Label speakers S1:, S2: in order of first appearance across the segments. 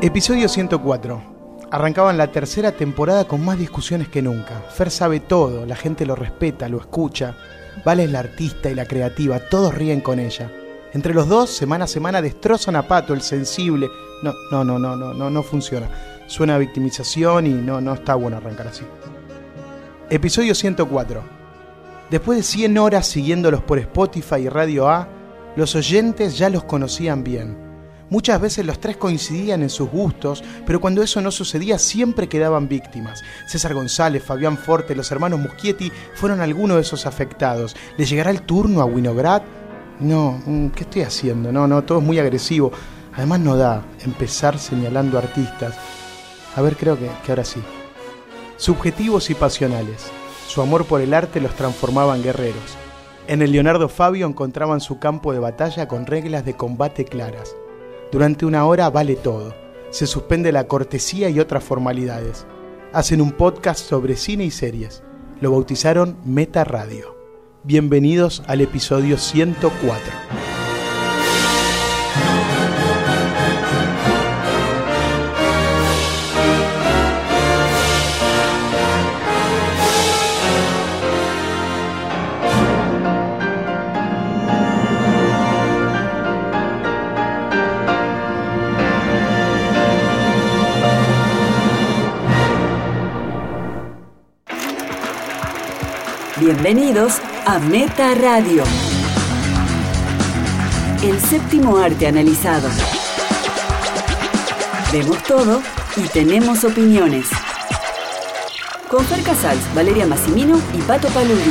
S1: Episodio 104. Arrancaban la tercera temporada con más discusiones que nunca. Fer sabe todo, la gente lo respeta, lo escucha. Vale es la artista y la creativa, todos ríen con ella. Entre los dos, semana a semana, destrozan a Pato, el sensible. No, no, no, no, no, no, no funciona. Suena a victimización y no, no está bueno arrancar así. Episodio 104. Después de 100 horas siguiéndolos por Spotify y Radio A, los oyentes ya los conocían bien. Muchas veces los tres coincidían en sus gustos, pero cuando eso no sucedía siempre quedaban víctimas. César González, Fabián Forte, los hermanos Muschietti fueron algunos de esos afectados. ¿Le llegará el turno a Winograd? No, mm, ¿qué estoy haciendo? No, no, todo es muy agresivo. Además no da empezar señalando artistas. A ver, creo que, que ahora sí. Subjetivos y pasionales. Su amor por el arte los transformaba en guerreros. En el Leonardo Fabio encontraban su campo de batalla con reglas de combate claras. Durante una hora vale todo. Se suspende la cortesía y otras formalidades. Hacen un podcast sobre cine y series. Lo bautizaron Meta Radio. Bienvenidos al episodio 104.
S2: Bienvenidos a Meta Radio. El séptimo arte analizado. Vemos todo y tenemos opiniones. Con Fer Casals, Valeria Massimino y Pato Paludi.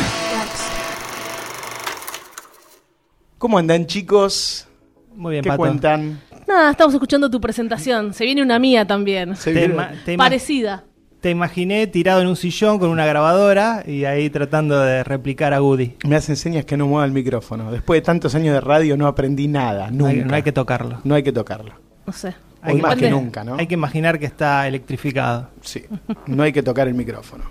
S1: ¿Cómo andan chicos?
S3: Muy bien,
S1: ¿Qué
S3: Pato.
S1: cuentan?
S4: Nada, estamos escuchando tu presentación. Se viene una mía también.
S1: Se
S3: Te,
S1: vieron-
S3: ima- te ima-
S4: Parecida.
S3: te imaginé tirado en un sillón con una grabadora y ahí tratando de replicar a Woody.
S1: Me hacen señas que no mueva el micrófono. Después de tantos años de radio no aprendí nada,
S3: No
S1: nunca.
S3: hay, no hay que tocarlo.
S1: No hay que tocarlo.
S4: No sé.
S3: Hay
S1: Hoy
S3: que
S1: más que
S4: imaginar-
S1: nunca, ¿no?
S3: Hay que imaginar que está electrificado.
S1: Sí, no hay que tocar el micrófono.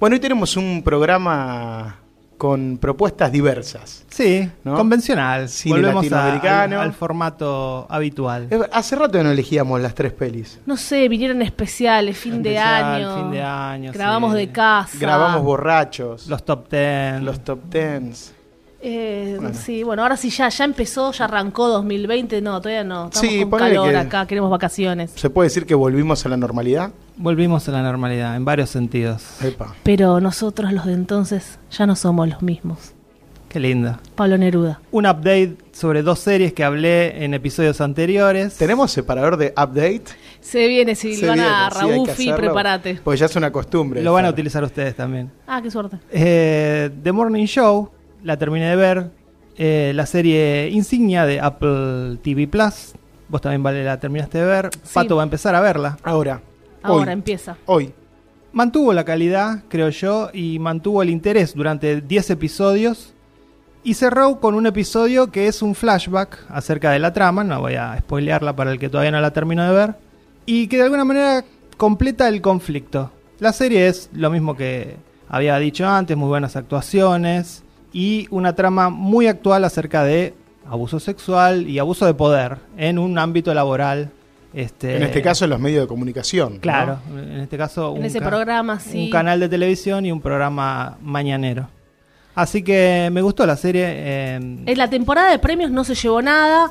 S1: Bueno, hoy tenemos un programa con propuestas diversas.
S3: Sí,
S1: ¿No?
S3: convencional.
S1: Cine
S3: Volvemos a-
S1: latinoamericano.
S3: al, al formato habitual.
S1: Es ver- Hace rato que no elegíamos las tres pelis.
S4: No sé, vinieron especiales, fin de
S3: Especial,
S4: año.
S3: fin de año,
S4: Grabamos
S3: sí.
S4: de casa.
S1: Grabamos borrachos, los,
S3: Los top ten.
S1: top tens.
S4: Eh, Sí, bueno, ahora sí ya, ya empezó, ya arrancó 2020. No, todavía no. Estamos
S1: Sí,
S4: con
S1: ponele
S4: calor
S1: que-
S4: acá, queremos vacaciones.
S1: ¿Se puede decir que volvimos a la normalidad?
S3: Volvimos a la normalidad en varios sentidos.
S1: Epa.
S4: Pero nosotros los de entonces ya no somos los mismos.
S3: Qué lindo.
S4: Pablo Neruda.
S3: Un update sobre dos series que hablé en episodios anteriores.
S1: ¿Tenemos separador de update?
S4: Se viene
S1: Se
S4: Silvana
S1: viene, sí, hay que
S4: Rabufi,
S1: hacerlo,
S4: prepárate.
S1: Porque ya es una costumbre.
S3: Lo van a
S1: Fer.
S3: utilizar ustedes también.
S4: Ah, qué suerte.
S3: Eh, The Morning Show, la terminé de ver. Eh, la serie insignia de Apple TV Plus. Vos también, Vale, la terminaste de ver.
S4: Sí.
S3: Pato va a empezar a verla.
S1: Ahora.
S4: Ahora
S1: hoy,
S4: empieza.
S1: hoy.
S3: Mantuvo la calidad, creo yo, y mantuvo el interés durante 10 episodios. Y cerró con un episodio que es un flashback acerca de la trama. No voy a spoilearla para el que todavía no la termino de ver. Y que de alguna manera completa el conflicto. La serie es lo mismo que había dicho antes, muy buenas actuaciones y una trama muy actual acerca de abuso sexual y abuso de poder en un ámbito laboral. Este,
S1: En este caso, en los medios de comunicación. ¿no?
S3: Claro, en este caso
S4: En
S3: un
S4: ese
S3: ca-
S4: programa, sí.
S3: un canal de televisión y un programa mañanero. Así que me gustó la serie. eh,
S4: En la temporada de premios no se llevó nada.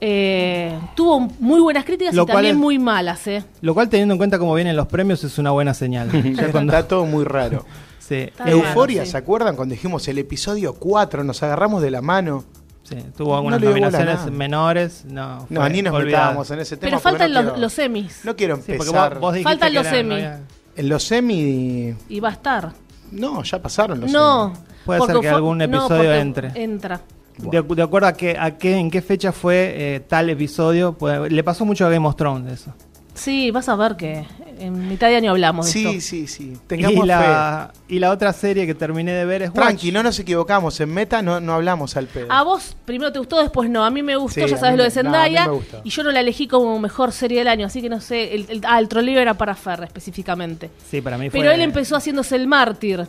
S4: eh, tuvo muy buenas críticas
S3: Lo
S4: y
S3: cual
S4: también
S3: es-
S4: muy malas, ¿eh?
S3: lo cual teniendo en cuenta cómo vienen los premios es una buena señal. Ya cuando-
S1: Está todo muy raro.
S3: sí,
S4: Está bien,
S1: Euforia,
S4: sí.
S1: ¿se acuerdan cuando dijimos el episodio 4? Nos agarramos de la mano.
S3: sí, tuvo algunas
S1: No le dio bola a
S3: nominaciones
S1: nada.
S3: menores. No,
S1: No,
S3: fue
S1: ni nos
S3: olvidada.
S1: metábamos en ese tema.
S4: Pero
S1: porque
S4: faltan
S1: no
S4: los,
S1: quiero-
S4: los semis.
S1: No quiero
S3: Sí, porque
S1: empezar.
S3: vos- vos dijiste
S4: Faltan
S3: que
S4: los
S3: era-
S4: semi.
S3: no había-
S1: En los semi.
S4: Y va a estar.
S1: No, ya pasaron los
S4: no.
S1: semi.
S3: Puede ser
S4: porque
S3: que
S4: fue-
S3: algún
S4: no,
S3: episodio
S4: porque
S3: entre.
S4: Entra.
S3: De, acu- de acuerdo a, que, a qué, en qué fecha fue eh, tal episodio, pues, le pasó mucho a Game of Thrones eso.
S4: Sí, vas a ver que en mitad de año hablamos de
S1: Sí,
S4: esto.
S1: sí, sí.
S3: Y
S1: Tengamos fe.
S3: la, y la otra serie que terminé de ver es
S1: Tranqui,
S3: Watch.
S1: no nos equivocamos. En meta no, no hablamos al pedo.
S4: A vos primero te gustó, después no. A mí me gustó,
S1: Sí,
S4: ya
S1: a
S4: sabes
S1: mí
S4: lo
S1: me-
S4: de Zendaya.
S1: no, a mí me gusta.
S4: y yo no la elegí como mejor serie del año, así que no sé. El, el- ah, el troleo era para Fer específicamente.
S3: Sí, para mí fue.
S4: Pero él empezó haciéndose el mártir.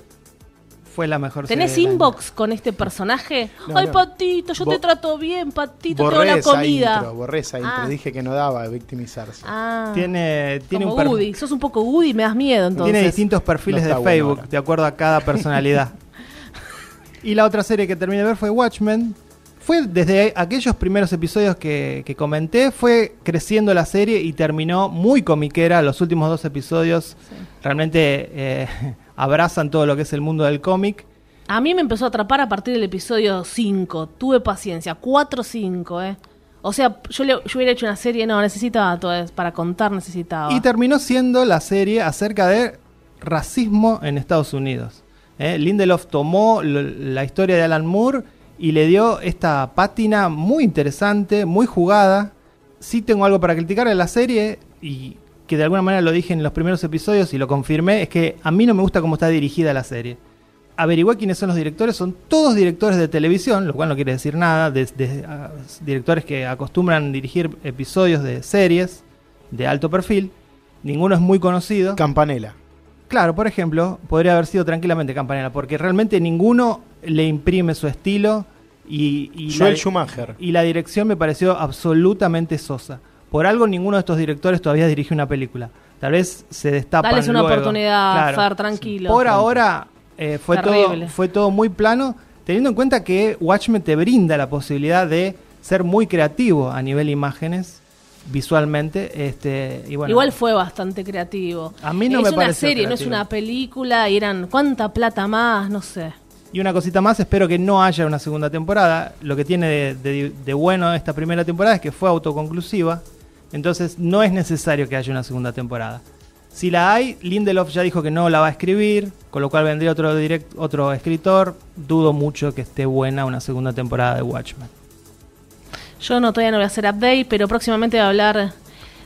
S3: fue la mejor
S4: ¿Tenés
S3: serie del
S4: inbox con este personaje?
S1: No,
S4: Ay,
S1: no.
S4: Patito, yo te
S1: Bo-
S4: trato bien, Patito, te
S1: borré
S4: doy la
S1: esa
S4: comida.
S1: intro, borré esa intro.
S4: Ah.
S1: Dije que no daba a victimizarse.
S4: Ah,
S3: año. Tiene, tiene
S4: como
S3: un per-
S4: Woody. Sos un poco Woody, me das miedo entonces.
S3: Tiene distintos perfiles
S1: No
S3: de
S1: está bueno
S3: Facebook,
S1: ahora.
S3: de acuerdo a cada personalidad. y la otra serie que terminé de ver fue Watchmen. Fue desde aquellos primeros episodios que, que comenté, fue creciendo la serie y terminó muy comiquera. Los últimos dos episodios realmente eh, abrazan todo lo que es el mundo del cómic.
S4: A mí me empezó a atrapar a partir del episodio 5. Tuve paciencia. 4-5, ¿eh? O sea, yo, le- yo hubiera hecho una serie. No, necesitaba todo. es- Para contar necesitaba.
S3: Y terminó siendo la serie acerca de racismo en Estados Unidos. ¿eh? Lindelof tomó lo- la historia de Alan Moore y le dio esta pátina muy interesante, muy jugada. Sí tengo algo para criticar de la serie y que de alguna manera lo dije en los primeros episodios y lo confirmé, es que a mí no me gusta cómo está dirigida la serie. Averigüé quiénes son los directores, son todos directores de televisión, lo cual no quiere decir nada, de- de- ah, directores que acostumbran dirigir episodios de series de alto perfil, ninguno es muy conocido.
S1: Campanela.
S3: Claro, por ejemplo, podría haber sido tranquilamente Campanella, porque realmente ninguno le imprime su estilo y, y la,
S1: Joel Schumacher.
S3: y la dirección me pareció absolutamente sosa. Por algo ninguno de estos directores todavía dirige una película. Tal vez se destapan
S4: Dales una
S3: luego.
S4: oportunidad,
S3: Claro.
S4: Fer, tranquilo.
S3: Por ahora eh, fue,
S4: Terrible.
S3: todo, fue todo muy plano, teniendo en cuenta que Watchmen te brinda la posibilidad de ser muy creativo a nivel imágenes, visualmente. Este, y bueno,
S4: Igual fue bastante creativo.
S3: A mí no
S4: es
S3: me
S4: una
S3: pareció
S4: serie, no es
S3: creativo.
S4: una película. Y eran, ¿cuánta plata más? No sé.
S3: Y una cosita más, espero que no haya una segunda temporada. Lo que tiene de, de- de bueno esta primera temporada es que fue autoconclusiva. Entonces no es necesario que haya una segunda temporada. Si la hay, Lindelof ya dijo que no la va a escribir, con lo cual vendría otro, direct- otro escritor. Dudo mucho que esté buena una segunda temporada de Watchmen.
S4: Yo no todavía no voy a hacer update, pero próximamente voy a hablar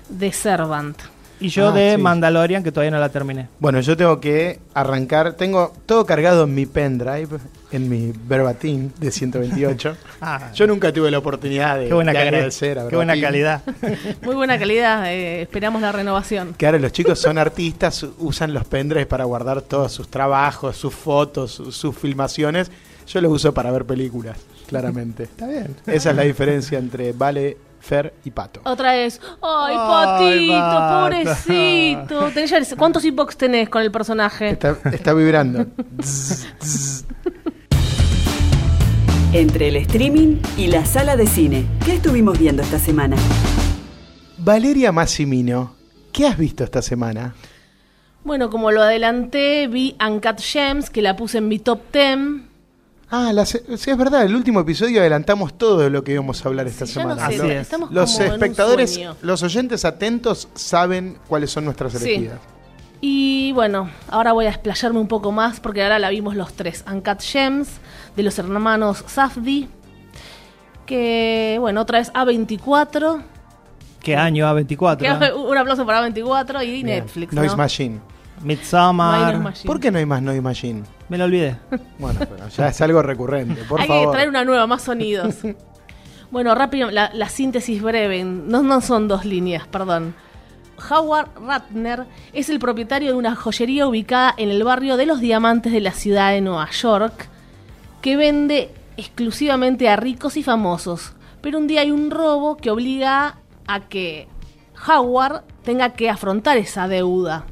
S4: de Servant.
S3: Y yo
S1: Ah,
S3: de
S1: sí.
S3: Mandalorian, que todavía no la terminé.
S1: Bueno, yo tengo que arrancar. Tengo todo cargado en mi pendrive, en mi verbatim de 128.
S3: Ah,
S1: Yo nunca tuve la oportunidad de,
S3: Eh, qué buena
S1: de
S3: calidad.
S1: agradecer a
S3: Qué buena
S1: Verbatim.
S3: calidad.
S4: Muy buena calidad, eh, esperamos la renovación.
S1: Que ahora los chicos son artistas, usan los pendrives para guardar todos sus trabajos, sus fotos, su- sus filmaciones. Yo los uso para ver películas, claramente.
S3: Está bien.
S1: Esa es la diferencia entre Vale, Fer y Pato.
S4: Otra vez, ¡ay,
S3: Ay,
S4: Patito,
S3: Pato.
S4: pobrecito! Tenés ya- ¿Cuántos inbox tenés con el personaje?
S1: Está, está vibrando. Zzz, zzz.
S2: Entre el streaming y la sala de cine, ¿qué estuvimos viendo esta semana?
S1: Valeria Massimino, ¿qué has visto esta semana?
S4: Bueno, como lo adelanté, vi Uncut Gems, que la puse en mi top 10.
S1: Ah, la se- sí, es verdad, el último episodio adelantamos todo lo que íbamos a hablar esta
S4: Sí, ya no
S1: semana.
S4: sé,
S3: Así es.
S4: estamos como
S1: Los
S4: en un
S1: espectadores,
S4: sueño.
S1: los oyentes atentos saben cuáles son nuestras
S4: Sí.
S1: elegidas.
S4: Y bueno, ahora voy a explayarme un poco más porque ahora la vimos los tres. Uncut Gems, de los hermanos Safdi. Que, bueno, otra vez A24.
S3: Qué año
S4: que-
S3: A24. ¿eh?
S4: un aplauso para A24 y Netflix.
S1: Noise
S4: ¿no?
S1: Machine.
S4: No hay
S3: Midsommar.
S4: Noise Machine.
S1: ¿Por qué no hay más Noise Machine?
S3: Me lo olvidé.
S1: Bueno, pero ya es algo recurrente, por
S4: Hay
S1: favor.
S4: que traer una nueva, más sonidos. bueno, rápido, la, la síntesis breve. No, no son dos líneas, perdón. Howard Ratner es el propietario de una joyería ubicada en el barrio de los diamantes de la ciudad de Nueva York, que vende exclusivamente a ricos y famosos. Pero un día hay un robo que obliga a que Howard tenga que afrontar esa deuda.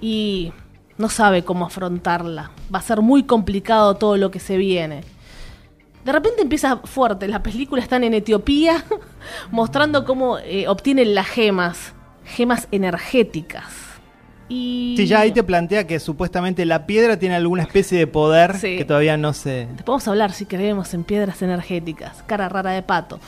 S4: Y no sabe cómo afrontarla. Va a ser muy complicado todo lo que se viene. De repente empieza fuerte, las películas están en Etiopía mostrando cómo eh, obtienen las gemas, gemas energéticas. Y
S3: Sí, ya ahí te plantea que supuestamente la piedra tiene alguna especie de poder
S4: Sí.
S3: que todavía no se...
S4: Te podemos hablar si queremos en piedras energéticas, cara rara de pato.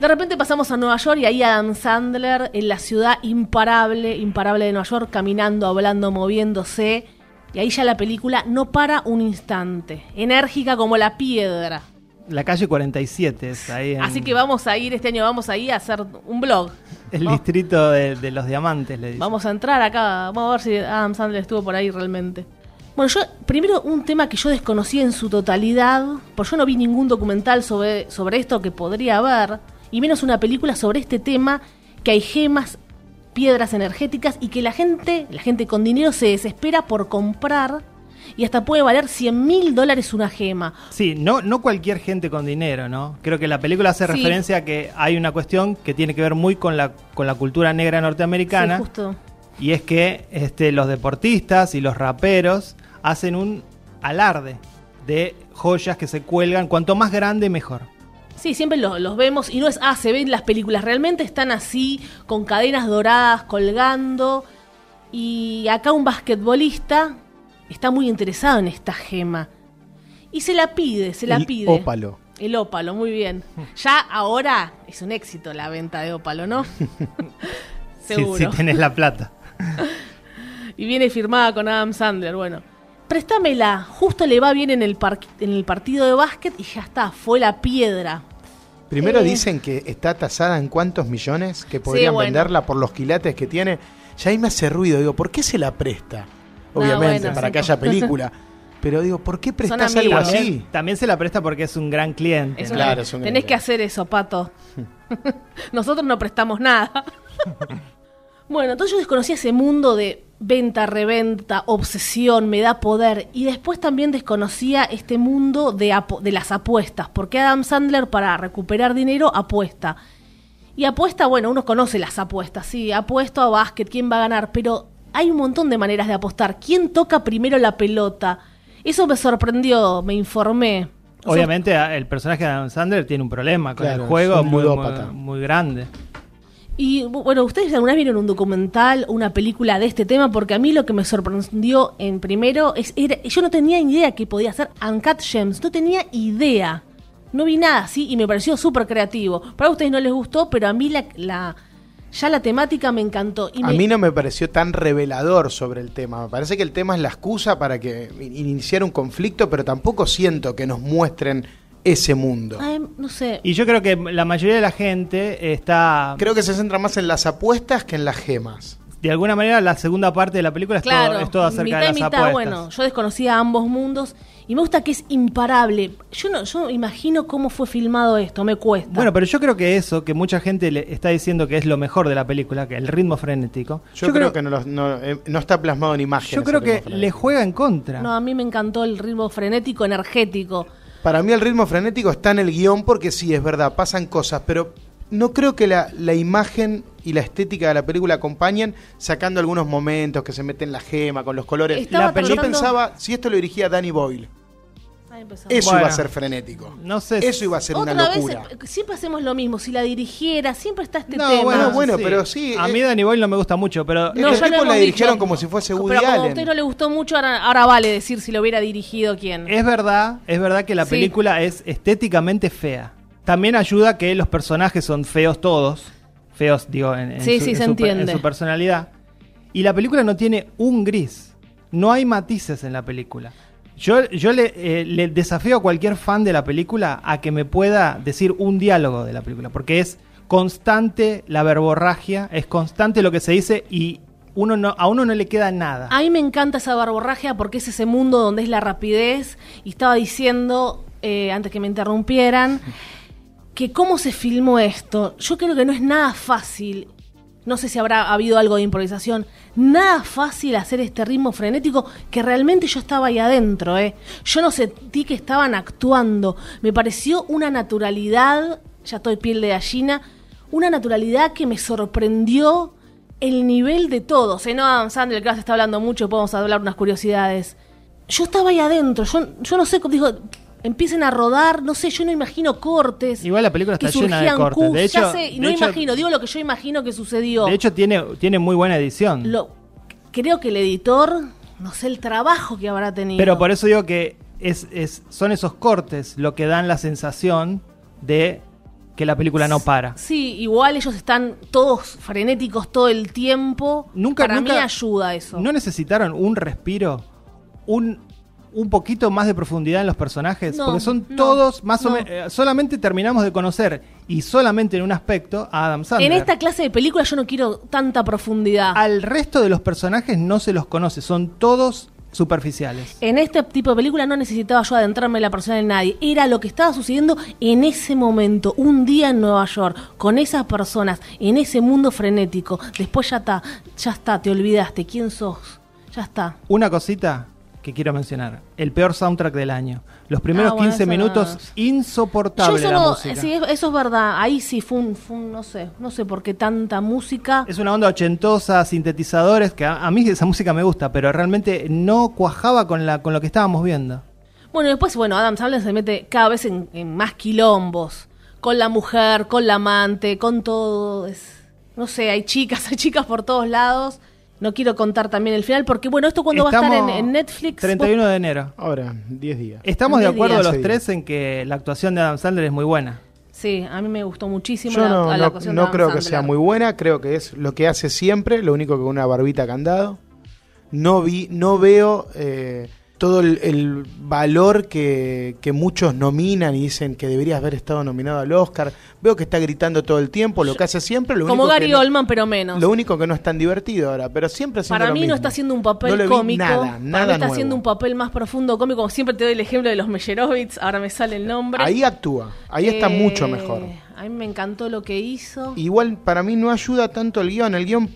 S4: De repente pasamos a Nueva York y ahí Adam Sandler en la ciudad imparable, imparable de Nueva York, caminando, hablando, moviéndose. Y ahí ya la película no para un instante, enérgica como la piedra.
S3: La calle 47 es ahí en
S4: Así que vamos a ir, este año vamos a ir a hacer un blog.
S3: el
S4: ¿no?
S3: distrito de, de los diamantes, le dicen.
S4: Vamos a entrar acá, vamos a ver si Adam Sandler estuvo por ahí realmente. Bueno, yo primero un tema que yo desconocía en su totalidad, porque yo no vi ningún documental sobre, sobre esto que podría haber, y menos una película sobre este tema, que hay gemas, piedras energéticas, y que la gente, la gente con dinero se desespera por comprar y hasta puede valer 100 mil dólares una gema.
S3: Sí, no, no cualquier gente con dinero, ¿no? Creo que la película hace
S4: Sí.
S3: referencia a que hay una cuestión que tiene que ver muy con la, con la cultura negra norteamericana.
S4: Sí, justo.
S3: Y es que este, los deportistas y los raperos hacen un alarde de joyas que se cuelgan. Cuanto más grande, mejor.
S4: Sí, siempre lo- los vemos y no es, ah, se ven las películas, realmente están así, con cadenas doradas colgando. Y acá un basquetbolista está muy interesado en esta gema. Y se la pide, se la
S1: El
S4: pide.
S1: ópalo.
S4: El ópalo, muy bien. Ya ahora es un éxito la venta de ópalo, ¿no?
S3: Si-
S4: Seguro.
S3: Si, tenés la plata.
S4: Y viene firmada con Adam Sandler, bueno. Préstamela, justo le va bien en el, par- en el partido de básquet y ya está, fue la piedra.
S1: Primero
S4: Eh.
S1: dicen que está tasada en cuántos millones, que podrían
S4: bueno.
S1: venderla por los quilates que tiene. Ya ahí me hace ruido, digo, ¿por qué se la presta? Obviamente,
S4: bueno,
S1: para
S4: sí,
S1: que haya
S4: co-
S1: película. Pero digo, ¿por qué prestas algo
S4: amigos. ¿eh?
S1: así?
S3: También se la presta porque es un gran cliente.
S4: Es
S3: ¿no?
S4: una-
S1: Claro, es un
S4: tenés
S1: grande.
S4: que hacer eso, pato. Nosotros no prestamos nada. bueno, entonces yo desconocía ese mundo de venta, reventa, obsesión, me da poder. Y después también desconocía este mundo de, apo- de las apuestas, porque Adam Sandler para recuperar dinero apuesta. Y apuesta, bueno, uno conoce las apuestas, sí, apuesto a básquet, quién va a ganar, pero hay un montón de maneras de apostar. ¿Quién toca primero la pelota? Eso me sorprendió, me informé. O sea,
S3: Obviamente a- el personaje de Adam Sandler tiene un problema con
S1: Claro,
S3: el juego
S1: es un
S3: muy,
S1: ludópata.
S3: muy- muy grande.
S4: Y bu- bueno, ¿ustedes alguna vez vieron un documental, una película de este tema? Porque a mí lo que me sorprendió en primero es. Era, yo no tenía idea que podía hacer Uncut Gems, no tenía idea. No vi nada así y me pareció súper creativo. Para ustedes no les gustó, pero a mí la, la- ya la temática me encantó. Y
S1: A
S4: me-
S1: mí no me pareció tan revelador sobre el tema. Me parece que el tema es la excusa para que in- iniciar un conflicto, pero tampoco siento que nos muestren ese mundo.
S4: Ay, no sé.
S3: Y yo creo que la mayoría de la gente está...
S1: Creo que se centra más en las apuestas que en las gemas.
S3: De alguna manera la segunda parte de la película es, todo, es todo acerca
S4: mitad
S3: de
S4: y
S3: las
S4: mitad,
S3: apuestas.
S4: bueno, yo desconocía ambos mundos y me gusta que es imparable. Yo no, yo no imagino cómo fue filmado esto, me cuesta.
S3: Bueno, pero yo creo que eso, que mucha gente le está diciendo que es lo mejor de la película, que el ritmo frenético,
S1: Yo, creo, que no, los- no, eh, no está plasmado en imagen.
S3: yo creo que le juega en contra.
S4: No, a mí me encantó el ritmo frenético, energético.
S1: Para mí el ritmo frenético está en el guión porque sí, es verdad, pasan cosas, pero no creo que la, la imagen y la estética de la película acompañen, sacando algunos momentos que se meten la gema con los colores.
S4: Estaba
S3: La peli-
S1: Yo
S4: tratando-
S1: pensaba, si esto lo dirigía Danny Boyle,
S4: Ahí empezamos.
S1: eso
S3: Bueno.
S1: iba a ser frenético.
S3: No sé.
S1: Eso iba a ser
S4: Otra
S1: una
S4: vez,
S1: locura.
S4: eh, siempre hacemos lo mismo. Si la dirigiera, siempre está este
S3: No,
S4: tema.
S1: bueno, bueno, pero sí,
S3: A
S1: eh,
S3: mí Danny Boyle no me gusta mucho, pero
S1: No, los
S4: ya lo
S1: tipos la
S4: hemos
S1: dirigieron como si fuese Woody
S4: Pero como a
S1: Allen.
S4: usted no le gustó mucho, ahora, ahora vale decir si lo hubiera dirigido quién.
S3: es verdad, es verdad que la
S4: Sí.
S3: película es estéticamente fea. También ayuda que los personajes son feos todos. Feos, digo, en, en
S4: Sí,
S3: su,
S4: sí,
S3: en
S4: se
S3: su per-
S4: entiende.
S3: en su personalidad. Y la película no tiene un gris. No hay matices en la película. Yo, yo le, eh, le desafío a cualquier fan de la película a que me pueda decir un diálogo de la película, porque es constante la verborragia, es constante lo que se dice y uno no, a uno no le queda nada.
S4: A mí me encanta esa barborragia porque es ese mundo donde es la rapidez. Y estaba diciendo, eh, antes que me interrumpieran, que cómo se filmó esto. Yo creo que no es nada fácil. No sé si habrá habido algo de improvisación. Nada fácil hacer este ritmo frenético que realmente yo estaba ahí adentro, ¿eh? Yo no sentí que estaban actuando. Me pareció una naturalidad, ya estoy piel de gallina, una naturalidad que me sorprendió el nivel de todos. ¿eh? No, Adam Sandler, que ahora se está hablando mucho, podemos hablar unas curiosidades. Yo estaba ahí adentro, yo, yo no sé, cómo- dijo, empiecen a rodar, no sé, yo no imagino cortes.
S3: Igual la película
S4: que
S3: está llena de
S4: surgían
S3: cortes.
S4: Qs,
S3: de hecho,
S4: ya sé,
S3: de
S4: no
S3: hecho-
S4: imagino, digo lo que yo imagino que sucedió.
S3: de hecho tiene, tiene muy buena edición.
S4: Lo- creo que el editor, no sé el trabajo que habrá tenido.
S3: Pero por eso digo que es, es- son esos cortes lo que dan la sensación de que la película no para.
S4: Sí, igual ellos están todos frenéticos todo el tiempo.
S3: Nunca-
S4: Para mí
S3: nunca-
S4: ayuda eso.
S3: ¿No necesitaron un respiro? Un, un poquito más de profundidad en los personajes.
S4: No,
S3: Porque son
S4: no,
S3: todos más o
S4: no.
S3: menos. solamente terminamos de conocer y solamente en un aspecto a Adam Sandler.
S4: en esta clase de película yo no quiero tanta profundidad.
S3: Al resto de los personajes no se los conoce, son todos superficiales.
S4: En este tipo de película no necesitaba yo adentrarme en la persona de nadie. Era lo que estaba sucediendo en ese momento, un día en Nueva York, con esas personas, en ese mundo frenético. Después ya está, ya está, te olvidaste. ¿Quién sos? Ya está.
S3: Una cosita que quiero mencionar. El peor soundtrack del año. Los primeros
S4: Ah, bueno,
S3: 15
S4: eso
S3: minutos,
S4: no. Yo
S3: insoportable
S4: eso
S3: la
S4: no-
S3: música.
S4: sí, eso es verdad. Ahí sí fue un, fue un- no sé, no sé por qué tanta música.
S3: Es una onda ochentosa, sintetizadores, que a, a mí esa música me gusta, pero realmente no cuajaba con, la, con lo que estábamos viendo.
S4: Bueno, después, bueno, Adam Sandler se mete cada vez en, en más quilombos. Con la mujer, con la amante, con todo. es- no sé, hay chicas, hay chicas por todos lados. No quiero contar también el final, porque bueno, esto cuando va a estar
S3: Estamos-
S4: en, en Netflix.
S3: 31 de enero.
S1: Ahora, 10 días.
S3: Estamos
S4: En
S3: de
S4: diez
S3: acuerdo
S1: días.
S3: los
S1: Sí.
S3: tres en que la actuación de Adam Sandler es muy buena.
S4: Sí, a mí me gustó muchísimo
S1: Yo
S4: la,
S1: no,
S4: a la
S1: no-
S4: actuación
S1: no
S4: de Adam
S1: creo que
S4: Sandler.
S1: sea muy buena, creo que es lo que hace siempre, lo único que una barbita candado. No vi, no veo eh, todo el, el valor que, que muchos nominan y dicen que deberías haber estado nominado al Oscar. Veo que está gritando todo el tiempo, lo que hace siempre, lo
S4: Como
S1: único
S4: Gary
S1: que no-
S4: Oldman, pero menos.
S1: Lo único que no es tan divertido ahora, pero siempre haciendo
S4: Para
S1: lo
S4: mí
S1: mismo.
S4: no está haciendo un
S1: No
S4: papel
S1: le vi
S4: cómico.
S1: Nada, nada
S4: para mí está
S1: nuevo.
S4: haciendo un papel más profundo cómico. Como siempre te doy el ejemplo de los Meyerowitz, ahora me sale el nombre.
S1: Ahí actúa, ahí está
S4: Eh,
S1: mucho mejor.
S4: A mí me encantó lo que hizo.
S1: Igual para mí no ayuda tanto el guión. El guión,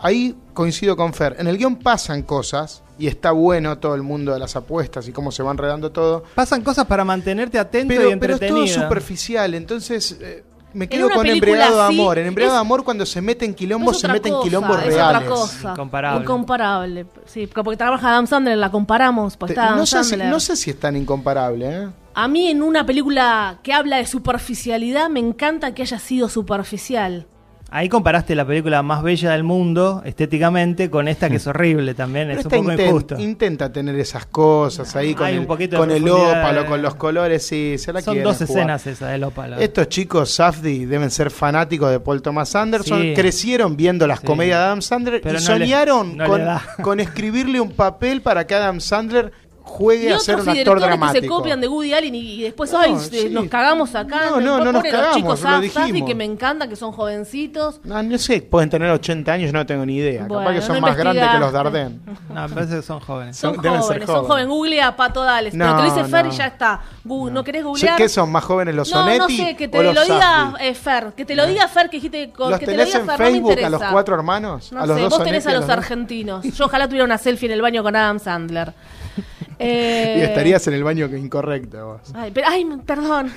S1: ahí coincido con Fer. En el guión pasan cosas y está bueno todo el mundo de las apuestas y cómo se va enredando todo.
S3: Pasan cosas para mantenerte atento y
S1: Pero, pero es
S3: entretenido.
S1: todo superficial, entonces eh, me quedo
S4: una
S1: con
S4: película
S1: Embriagado de
S4: así,
S1: Amor. En Embriagado de
S4: es-
S1: Amor cuando se meten
S4: No
S1: quilombos,
S4: es
S1: se
S4: otra
S1: meten
S4: cosa,
S1: quilombos
S4: es
S1: reales.
S4: otra cosa.
S3: Incomparable.
S4: Incomparable. Sí, porque trabaja Adam Sandler, la comparamos. Pues
S1: Te-
S4: está Adam
S1: no, sé si,
S4: Sandler.
S1: no sé si es tan incomparable. ¿eh?
S4: A mí en una película que habla de superficialidad me encanta que haya sido superficial.
S3: Ahí comparaste la película más bella del mundo estéticamente con esta que es horrible también,
S1: Pero
S3: es un
S1: esta
S3: poco
S1: inten-
S3: injusto.
S1: intenta tener esas cosas ahí con
S3: hay
S1: el,
S3: un poquito de
S1: con el
S3: profundidad.
S1: ópalo, con los colores. Sí, se la
S3: Son
S1: quieren
S3: dos
S1: jugar.
S3: escenas esa del ópalo.
S1: Estos chicos, Safdi, deben ser fanáticos de Paul Thomas Anderson.
S3: Sí.
S1: Crecieron viendo las
S3: Sí.
S1: comedias de Adam Sandler
S3: Pero
S1: y
S3: no le-
S1: soñaron
S3: no le
S1: con,
S3: da.
S1: con escribirle un papel para que Adam Sandler juegue
S4: Y
S1: a ser
S4: otros
S1: un
S4: y
S1: actor
S4: directores que
S1: dramático.
S4: se copian de Woody Allen y, y después
S1: No,
S4: ay,
S1: sí.
S4: nos cagamos acá.
S1: No, no, no nos
S4: Pobre
S1: cagamos,
S4: los chicos
S1: lo
S4: Saf-
S1: dijimos.
S4: Safi, que me encanta, que son jovencitos.
S1: No, no sé, pueden tener 80 años, yo no tengo ni idea.
S4: Bueno,
S1: Capaz que son
S4: no
S1: más grandes que los
S4: investigaste.
S1: Dardenne.
S3: No, me parece que son jóvenes.
S4: Son
S1: Son- deben
S4: jóvenes,
S1: ser
S4: son
S1: jóvenes.
S4: jóvenes. Googlea Pato Dales.
S1: No,
S4: pero te lo dice Fer y
S1: no.
S4: ya está. Gu- no. querés
S1: ¿Sé
S4: googlear?
S1: ¿Qué son más jóvenes los
S4: no,
S1: Sonetti?
S4: no sé, que
S1: o
S4: te
S1: los
S4: lo diga
S1: Safdie?
S4: eh, Fer. Que te lo diga Fer, que dijiste con-
S1: ¿Los
S4: que te lo
S1: tenés
S4: diga
S1: en
S4: Fer, no me
S1: Facebook a los
S4: interesa.
S1: cuatro hermanos?
S4: No
S1: a los
S4: sé,
S1: dos
S4: vos tenés
S1: Sonetti,
S4: a los
S1: dos?
S4: argentinos. Yo ojalá tuviera una selfie en el baño con Adam Sandler. Eh,
S1: Y estarías en el baño que incorrecto vos.
S4: Ay, pero- ay, perdón.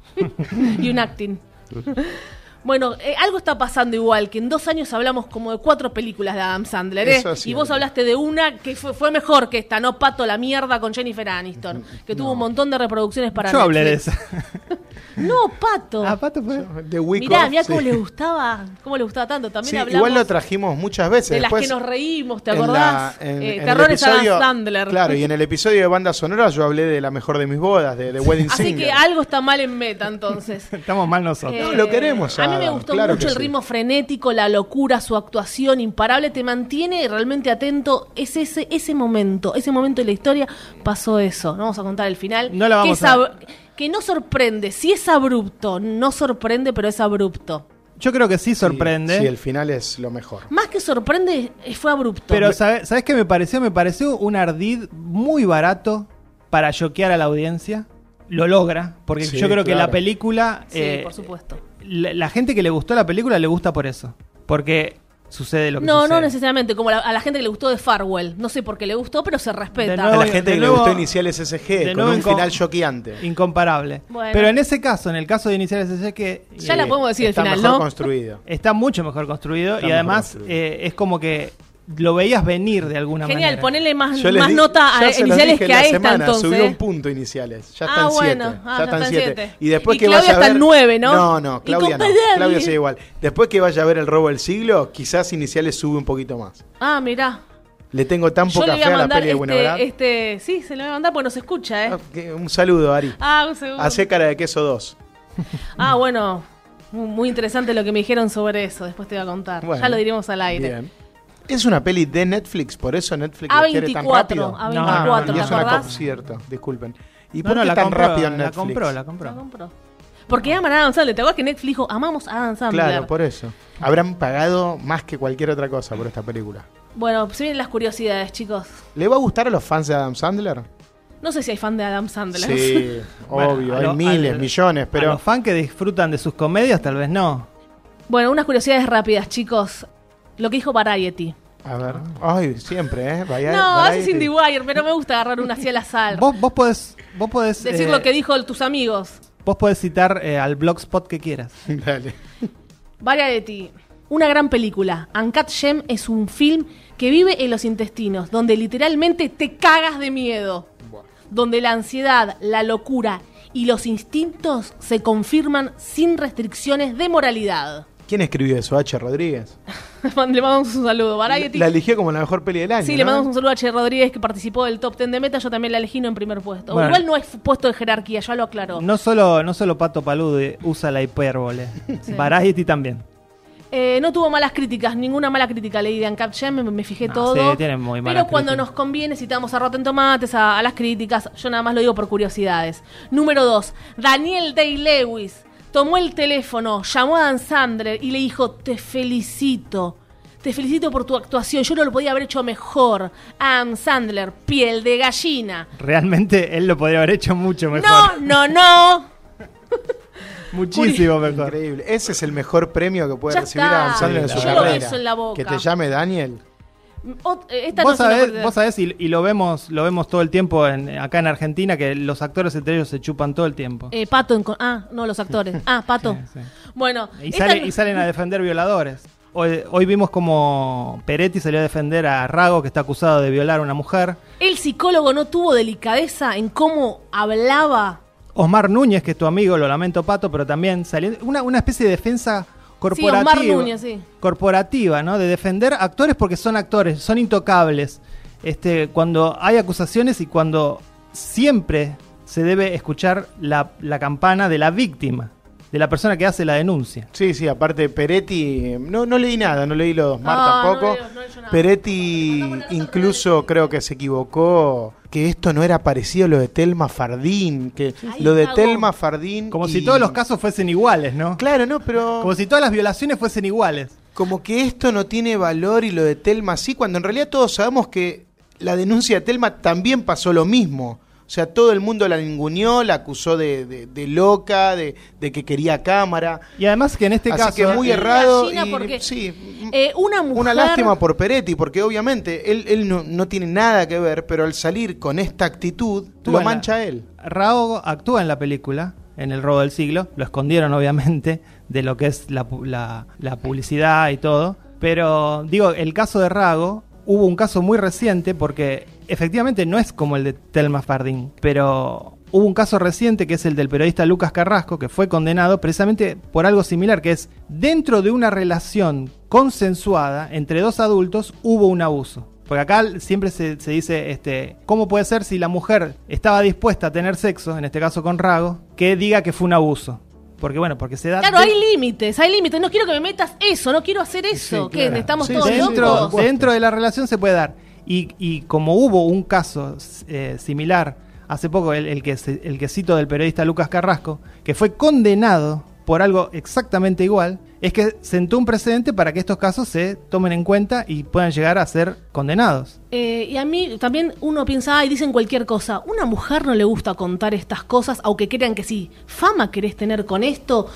S4: y un acting. Bueno, eh, algo está pasando igual, que en dos años hablamos como de cuatro películas de Adam Sandler, ¿eh?
S1: Eso es
S4: y
S1: cierto.
S4: vos hablaste de una que fue, fue mejor que esta, ¿no? Pato la mierda con Jennifer Aniston, que tuvo un montón de reproducciones para
S3: Yo hablé de
S4: Netflix.
S3: esa.
S4: No, Pato.
S3: Ah, Pato fue.
S1: The Week
S4: ¿Eh? mirá,
S1: Off,
S4: mirá
S1: sí.
S4: cómo le gustaba, cómo le gustaba tanto. También
S1: Sí,
S4: hablamos
S1: igual lo trajimos muchas veces.
S4: de las
S1: Después,
S4: que nos reímos, ¿te
S1: en
S4: acordás?
S1: la- en-
S4: Eh,
S1: en el
S4: Terrores
S1: episodio-
S4: Adam Sandler.
S1: Claro, y en el episodio de bandas sonoras yo hablé de la mejor de mis bodas, de, de Wedding
S4: Así
S1: Singer.
S4: que algo está mal en meta entonces.
S3: Estamos mal
S4: Eh,
S3: nosotros.
S1: No, lo queremos,
S4: A mí me
S1: Adam,
S4: gustó
S1: claro
S4: mucho
S1: que
S4: el
S1: sí.
S4: ritmo frenético, la locura, su actuación imparable. Te mantiene realmente atento. Es ese, ese momento, ese momento de la historia. Pasó eso. No vamos a contar el final.
S3: No la vamos
S4: que, es
S3: a-
S4: ab- que no sorprende. Si es abrupto, no sorprende, pero es abrupto.
S3: Yo creo que
S1: Sí,
S3: sí sorprende.
S1: Sí, el final es lo mejor.
S4: Más que sorprende, eh, fue abrupto.
S3: Pero ¿sabes, ¿sabes qué me pareció? Me pareció un ardid muy barato para choquear a la audiencia. Lo logra, porque
S1: Sí,
S3: yo creo que
S1: claro.
S3: la película...
S4: sí,
S3: eh,
S4: por supuesto.
S3: La, la gente que le gustó la película le gusta por eso. Porque sucede lo que
S4: No,
S3: sucede.
S4: no necesariamente. Como la- a la gente que le gustó de Farwell. No sé por qué le gustó, pero se respeta.
S3: De
S1: A
S3: nuevo-
S1: la gente
S3: de
S1: que
S3: nuevo-
S1: le gustó Iniciales SG,
S3: de
S1: con
S3: nuevo
S1: un
S3: en con-
S1: final choqueante.
S3: Incomparable.
S4: Bueno.
S3: Pero en ese caso, en el caso de Iniciales es que...
S4: Ya la podemos decir el
S1: Está
S4: final,
S1: mejor
S4: ¿no?
S1: construido.
S3: Está mucho mejor construido
S1: Está
S3: y
S1: mejor
S3: además
S1: construido.
S3: eh, es como que lo veías venir de alguna
S4: Genial,
S3: manera.
S4: ponele
S3: Ah,
S4: más,
S1: les
S4: más
S1: di-
S4: nota a
S1: ya se los
S4: iniciales
S1: dije
S4: que a
S1: la
S4: esta
S1: semana,
S4: entonces.
S1: Subió
S4: ¿eh?
S1: un punto iniciales. Ya
S4: Ah,
S1: están
S4: bueno.
S1: siete.
S4: Ah,
S1: ya están siete. Y después
S4: Y
S1: que
S4: Claudia
S1: vaya
S4: está
S1: a ver...
S4: en nueve, ¿no?
S1: No, no,
S4: Y
S1: Claudia no.
S4: compadre.
S1: Claudia sigue igual. Después que vaya a ver el robo del siglo, quizás iniciales sube un poquito más.
S4: Ah, mirá.
S1: Le tengo tan
S4: Yo le
S1: poca
S4: voy
S1: fe
S4: a
S1: a la
S4: mandar
S1: peli de Buenabrad.
S4: este, este- Sí, se lo voy a mandar porque nos escucha, ¿eh?
S1: Ah, que- Un saludo, Ari.
S4: Ah, un segundo.
S1: Hacé cara de queso 2.
S4: Ah, bueno. Muy muy interesante lo que me dijeron sobre eso. Después te voy a contar.
S1: Bueno.
S4: ya lo diremos al aire.
S1: Bien. Es una peli de Netflix, por eso Netflix la quiere tan
S4: A24,
S1: rápido.
S4: A24,
S3: No, no,
S1: y
S4: ¿te
S1: es una
S4: acordás?
S1: co- cierto, disculpen. ¿Y
S3: No,
S1: por
S3: no,
S1: qué
S3: la
S1: tan
S3: compró,
S1: rápido en
S3: La
S1: Netflix?
S3: compró, la
S4: La
S3: compró.
S4: compró. Porque aman a Adam Sandler. ¿Te acuerdas que Netflix dijo, amamos a Adam Sandler?
S1: Claro, por eso. Habrán pagado más que cualquier otra cosa por esta película.
S4: Bueno, se vienen las curiosidades, chicos.
S1: ¿Le va a gustar a los fans de Adam Sandler?
S4: No sé si hay fan de Adam Sandler.
S1: Sí,
S3: Bueno,
S1: obvio,
S3: a
S1: hay
S3: lo-
S1: miles,
S3: al-
S1: millones,
S3: A
S1: pero
S3: los fans que disfrutan de sus comedias, tal vez no.
S4: Bueno, unas curiosidades rápidas, chicos. Lo que dijo Variety.
S1: A ver. Ay, siempre, ¿eh? Vaya-
S4: No,
S1: variety.
S4: haces IndieWire, pero me gusta agarrar una así al azar.
S3: Vos, vos podés, vos podés,
S4: Decir
S3: eh,
S4: lo que dijo el- tus amigos.
S3: vos podés citar eh, al blogspot que quieras.
S1: Dale.
S4: Variety. Una gran película. Uncut Gem es un film que vive en los intestinos, donde literalmente te cagas de miedo. Donde la ansiedad, la locura y los instintos se confirman sin restricciones de moralidad.
S1: ¿Quién escribió eso? H. Rodríguez.
S4: Le mandamos un saludo. Variety.
S1: La eligió como la mejor peli del año.
S4: Sí, le
S1: ¿no?
S4: mandamos un saludo a Che Rodríguez que participó del top 10 de meta. Yo también la elegí no en primer puesto.
S3: Bueno.
S4: Igual no es puesto de jerarquía, ya lo aclaró.
S3: No solo, no solo Pato Paludo usa la hipérbole. Variety también.
S4: Eh, no tuvo malas críticas, ninguna mala crítica leí de Uncut Gem, me, me fijé
S3: No,
S4: todo.
S3: sí, tienen muy malas
S4: pero cuando
S3: críticas.
S4: nos conviene citamos a Rotten Tomates, a, a las críticas, yo nada más lo digo por curiosidades. Número 2, Daniel Day-Lewis tomó el teléfono, llamó a Dan Sandler y le dijo, te felicito, te felicito por tu actuación, yo no lo podía haber hecho mejor. Adam Sandler, piel de gallina.
S3: Realmente él lo podría haber hecho mucho mejor.
S4: No, no, no.
S3: Muchísimo mejor.
S1: Increíble. Ese es el mejor premio que puede
S4: Ya
S1: recibir
S4: está.
S1: a González en
S3: Sí,
S1: su
S3: yo lo
S1: carrera.
S4: beso en la boca.
S1: Que te llame Daniel.
S4: Ot- eh, esta
S3: vos
S4: no se la
S3: sabés,
S4: puede-
S3: vos sabés, y, y lo vemos, lo vemos todo el tiempo en, acá en Argentina, que los actores entre ellos se chupan todo el tiempo.
S4: Eh, Pato, en con- ah, no, los actores. Ah, Pato.
S3: Sí, sí.
S4: Bueno,
S3: Y,
S4: esta
S3: sale-
S4: no-
S3: y salen a defender violadores. Hoy, hoy vimos como Peretti salió a defender a Rago, que está acusado de violar a una mujer.
S4: el psicólogo no tuvo delicadeza en cómo hablaba.
S3: Osmar Núñez, que es tu amigo, lo lamento Pato, pero también salió una, una especie de defensa corporativa.
S4: Osmar Núñez, sí.
S3: Corporativa, ¿no? De defender actores porque son actores, son intocables. Este, cuando hay acusaciones y cuando siempre se debe escuchar la, la campana de la víctima, de la persona que hace la denuncia.
S1: Sí, sí, aparte Peretti, eh, no, no leí nada, no leí los dos Mar
S4: Ah, no
S1: tampoco.
S4: leo, no leo nada.
S1: Peretti incluso creo que se equivocó, que esto no era parecido a lo de Telma Fardín, que
S4: Ahí
S1: lo de
S4: cagó.
S1: Telma Fardín...
S3: Como
S1: y-
S3: si todos los casos fuesen iguales, ¿no?
S1: Claro, no, pero
S3: Como
S1: como,
S3: si todas las violaciones fuesen iguales.
S1: que esto no tiene valor y lo de Telma sí, cuando en realidad todos sabemos que la denuncia de Telma también pasó lo mismo. O sea, todo el mundo la ninguneó, la acusó de, de- de loca, de, de que quería cámara.
S3: Y además que en este
S1: Así
S3: caso...
S1: que muy
S4: eh,
S1: errado.
S4: Gallina,
S1: y-
S4: porque,
S3: Mm,
S1: sí,
S4: eh, una mujer.
S1: Una lástima por Peretti, porque obviamente él, él no, no tiene nada que ver, pero al salir con esta actitud,
S3: Actúa
S1: lo
S3: en la-
S1: mancha él.
S3: Rao actúa en la película, en El robo del siglo. Lo escondieron, obviamente, de lo que es la, pu- la- la publicidad y todo. Pero, digo, el caso de Rago hubo un caso muy reciente porque efectivamente no es como el de Telma Fardín, pero hubo un caso reciente que es el del periodista Lucas Carrasco, que fue condenado precisamente por algo similar, que es dentro de una relación consensuada entre dos adultos hubo un abuso. Porque acá siempre se, se dice, este, ¿cómo puede ser si la mujer estaba dispuesta a tener sexo, en este caso con Rago, que diga que fue un abuso? Porque bueno, porque se da...
S4: Claro, hay límites, hay límites. No quiero que me metas eso, no quiero hacer eso. que
S1: claro.
S4: estamos
S1: Sí,
S4: todos
S1: sí,
S3: dentro,
S4: locos.
S1: sí, sí.
S3: dentro de la relación se puede dar. Y, y como hubo un caso eh, similar hace poco, el, el que, se- el que cito del periodista Lucas Carrasco, que fue condenado por algo exactamente igual, es que sentó un precedente para que estos casos se tomen en cuenta y puedan llegar a ser condenados.
S4: Eh, y a mí también uno piensa, ay, dicen cualquier cosa. Una mujer no le gusta contar estas cosas, aunque crean que sí. Fama querés tener con esto.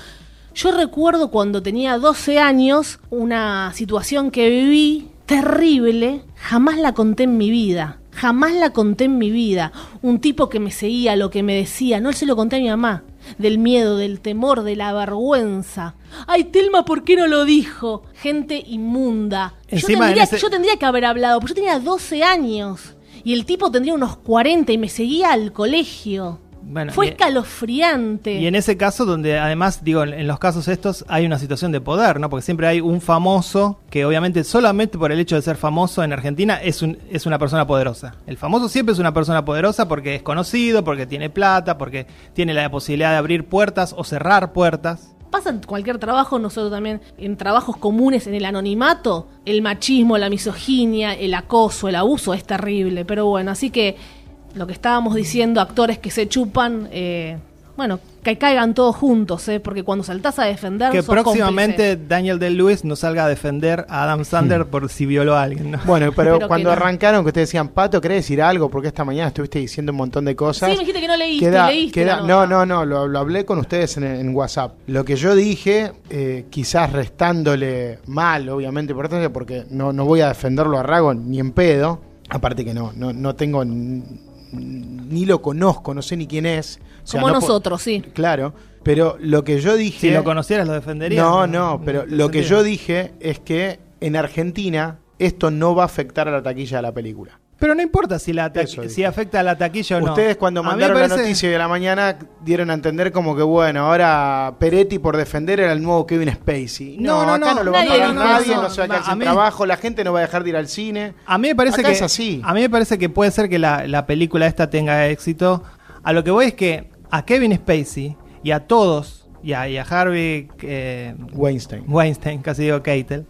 S4: Yo recuerdo cuando tenía 12 años, una situación que viví terrible, jamás la conté en mi vida. Jamás la conté en mi vida. Un tipo que me seguía, lo que me decía, no se lo conté a mi mamá. Del miedo, del temor, de la vergüenza. Ay, Telma, ¿por qué no lo dijo? Gente inmunda.
S3: Encima,
S4: yo, tendría,
S3: en ese-
S4: yo tendría que haber hablado, porque yo tenía 12 años. Y el tipo tendría unos 40 y me seguía al colegio.
S3: Bueno,
S4: Fue
S3: y-
S4: escalofriante.
S3: Y en ese caso, donde además, digo, en en los casos estos hay una situación de poder, ¿no? Porque siempre hay un famoso que obviamente solamente por el hecho de ser famoso en Argentina es, un, es una persona poderosa. El famoso siempre es una persona poderosa porque es conocido, porque tiene plata, porque tiene la posibilidad de abrir puertas o cerrar puertas.
S4: Pasa en cualquier trabajo, nosotros también, en trabajos comunes, en el anonimato, el machismo, la misoginia, el acoso, el abuso es terrible. Pero bueno, así que lo que estábamos diciendo, actores que se chupan, eh, bueno, que caigan todos juntos, ¿eh? porque cuando saltás a defender.
S3: Que
S4: sos
S3: próximamente
S4: cómplice.
S3: Daniel Del Lewis no salga a defender a Adam Sander por si violó a alguien. ¿no?
S1: Hmm. Bueno, pero,
S4: Espero que
S1: cuando
S4: no.
S1: arrancaron, que ustedes decían, Pato, ¿querés decir algo? Porque esta mañana estuviste diciendo un montón de cosas.
S4: Sí, me dijiste que no leíste,
S1: Queda-
S4: leíste
S1: queda-
S4: la
S1: no,
S4: nota.
S1: no, no, lo, lo hablé con ustedes en, en WhatsApp. Lo que yo dije, eh, quizás restándole mal, obviamente, importancia, porque no, no voy a defenderlo a Rago ni en pedo. Aparte que no, no, no tengo, n- ni lo conozco, no sé ni quién es. O sea,
S4: Como
S1: no po-
S4: nosotros, sí.
S1: Claro, pero lo que yo dije...
S3: Si lo conocieras lo defenderías.
S1: eh, No, no, pero
S3: te
S1: lo que
S3: sentiría.
S1: yo dije es que en Argentina esto no va a afectar a la taquilla de la película.
S3: Pero no importa si, la ta-
S1: Eso dije.
S3: si afecta a la taquilla o no.
S1: Ustedes cuando
S3: A mí me
S1: mandaron la
S3: parece-
S1: noticia de la mañana dieron a entender como que bueno, ahora Peretti por defender era el nuevo Kevin Spacey. No,
S3: No,
S1: acá
S3: no,
S1: no,
S3: no,
S1: lo va a
S4: nadie
S1: pagar
S4: dijo
S1: nadie,
S4: eso.
S1: no se va a quedar
S3: A
S1: sin
S3: mí-
S1: trabajo, la gente no va a dejar de ir al cine.
S3: A mí me parece
S1: Acá
S3: que
S1: es así.
S3: A mí me parece que puede ser que la, la película esta tenga éxito. A lo que voy es que a Kevin Spacey y a todos y a, y a Harvey eh,
S1: Weinstein.
S3: Weinstein, casi digo Keitel,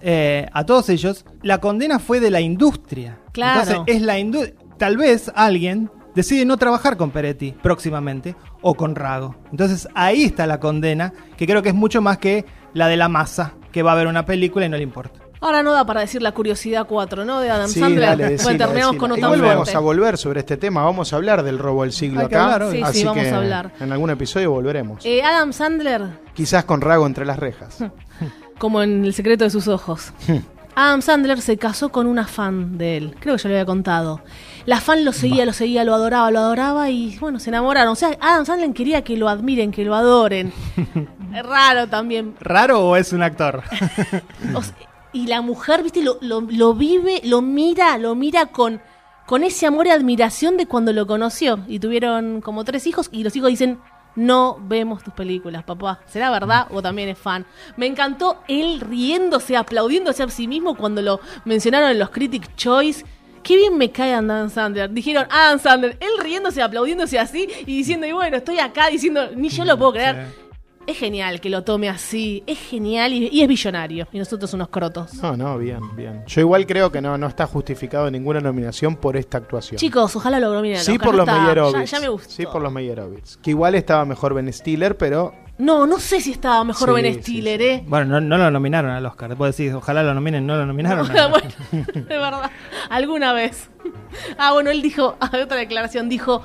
S3: eh, a todos ellos, la condena fue de la industria.
S4: Claro.
S3: Entonces es la industria. Tal vez alguien decide no trabajar con Peretti próximamente o con Rago. Entonces ahí está la condena, que creo que es mucho más que la de la masa, que va a ver una película y no le importa.
S4: Ahora no da para decir la curiosidad 4, ¿no? De Adam
S1: Sí,
S4: Sandler.
S1: dale, decila,
S4: bueno, terminamos
S1: decila.
S4: con otra
S1: Igual vamos
S4: muerte.
S1: a volver sobre este tema, vamos a hablar del robo del siglo
S3: Hay que
S1: acá.
S3: hablar hoy.
S4: Sí, sí,
S1: así
S4: vamos
S1: que
S4: a hablar.
S1: en algún episodio volveremos.
S4: Eh, Adam Sandler,
S1: Quizás con Rago entre las rejas.
S4: como en El secreto de sus ojos.
S1: Hmm.
S4: Adam Sandler se casó con una fan de él. Creo que ya lo había contado. La fan lo seguía, lo seguía, lo adoraba, lo adoraba y bueno, se enamoraron. O sea, Adam Sandler quería que lo admiren, que lo adoren. Es Raro también.
S3: ¿Raro o es un actor?
S4: O sea, y la mujer, viste, lo, lo- lo vive, lo mira, lo mira con, con ese amor y admiración de cuando lo conoció. Y tuvieron como tres hijos y los hijos dicen, no vemos tus películas, papá. ¿Será verdad o también es fan? Me encantó él riéndose, aplaudiéndose a sí mismo cuando lo mencionaron en los Critic Choice. Qué bien me cae Adam Sandler. Dijeron Adam Sandler, él riéndose, aplaudiéndose así y diciendo, y bueno, estoy acá diciendo, ni yo lo puedo creer. Es genial que lo tome así, es genial y, y es billonario. Y nosotros unos crotos.
S1: No, no, bien, bien. Yo igual creo que no, no está justificado ninguna nominación por esta actuación.
S4: Chicos, ojalá lo nominen. al
S1: sí,
S4: Oscar,
S1: por
S4: no
S1: los
S4: está-
S1: Meyerowitz.
S4: Ya, ya me gustó.
S1: Sí, por los Meyerowitz. Que igual estaba mejor Ben Stiller, pero
S4: No, no sé si estaba mejor
S1: Sí,
S4: Ben
S1: sí,
S4: Stiller,
S1: sí.
S4: ¿eh?
S3: Bueno, no, no lo nominaron al Oscar. Vos decís, ojalá lo nominen, no lo nominaron.
S4: Bueno, de verdad. Alguna vez. Ah, bueno, él dijo, hay otra declaración, dijo,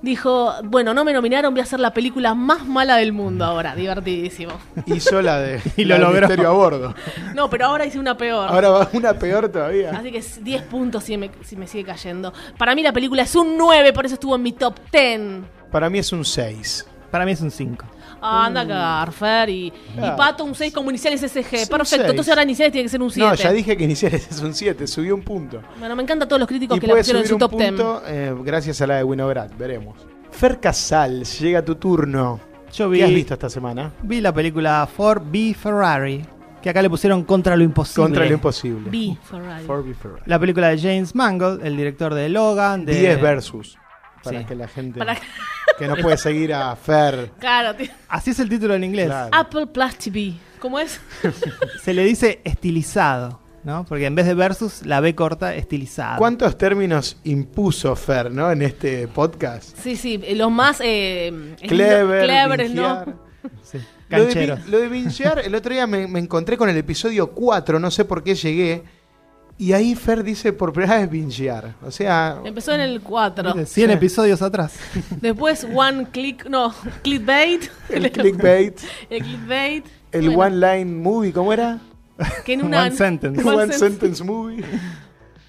S4: dijo, bueno, no me nominaron, voy a hacer la película más mala del mundo ahora. Divertidísimo.
S1: hizo la de
S3: Y
S1: la
S3: lo
S1: del
S3: logró.
S1: Misterio a bordo.
S4: No, pero ahora hice una peor.
S1: Ahora va una peor todavía.
S4: Así que es 10 puntos si me, si me sigue cayendo. Para mí la película es un 9, por eso estuvo en mi top 10.
S1: Para mí es un 6.
S3: Para mí es un 5.
S4: Ah, Anda a cagar, Fer. Y, y
S1: Mm. Claro.
S4: Pato un 6 como iniciales SG.
S1: Es un
S4: Perfecto.
S1: seis.
S4: Entonces ahora iniciales tiene que ser un 7.
S1: No, ya dije que iniciales es un 7, subió un punto.
S4: Bueno, me encantan todos los críticos
S1: Y
S4: que la
S1: puede
S4: pusieron en
S1: subir
S4: su
S1: un
S4: top 10.
S1: punto eh, gracias a la de Winograd, veremos. Fer Casals, llega tu turno.
S3: Yo vi,
S1: ¿Qué has visto esta semana?
S3: vi la película Ford v Ferrari, que acá le pusieron Contra lo Imposible.
S1: Contra lo imposible.
S4: B, Ferrari.
S1: Ford v Ferrari.
S3: La película de James Mangold, el director de Logan. De...
S1: 10 versus. Para
S3: Sí.
S1: que la gente
S4: Para-
S1: que no puede seguir a Fer.
S4: Claro, tío.
S3: Así es el título en inglés.
S1: Claro.
S4: Apple Plus TV. ¿Cómo es?
S3: Se le dice estilizado, ¿no? Porque en vez de versus, la B corta, estilizado.
S1: ¿Cuántos términos impuso Fer, no? En este podcast.
S4: Sí, sí. eh, Los más. Eh,
S1: Clever,
S4: cleveres,
S1: vingear.
S4: ¿no?
S3: Sí.
S1: Lo de,
S3: Cancheros.
S1: vin- lo de vingear, el otro día me, me encontré con el episodio 4, no sé por qué llegué. Y ahí Fer dice por primera vez vingear. O sea,
S4: Empezó en el 4.
S3: De 100 episodios atrás.
S4: Después One Click. No, Clickbait.
S1: el clickbait,
S4: El clickbait.
S1: el
S4: Bueno,
S1: one line movie, ¿cómo era?
S4: que en una-
S3: One sentence.
S1: One,
S4: One sen-
S1: sentence movie.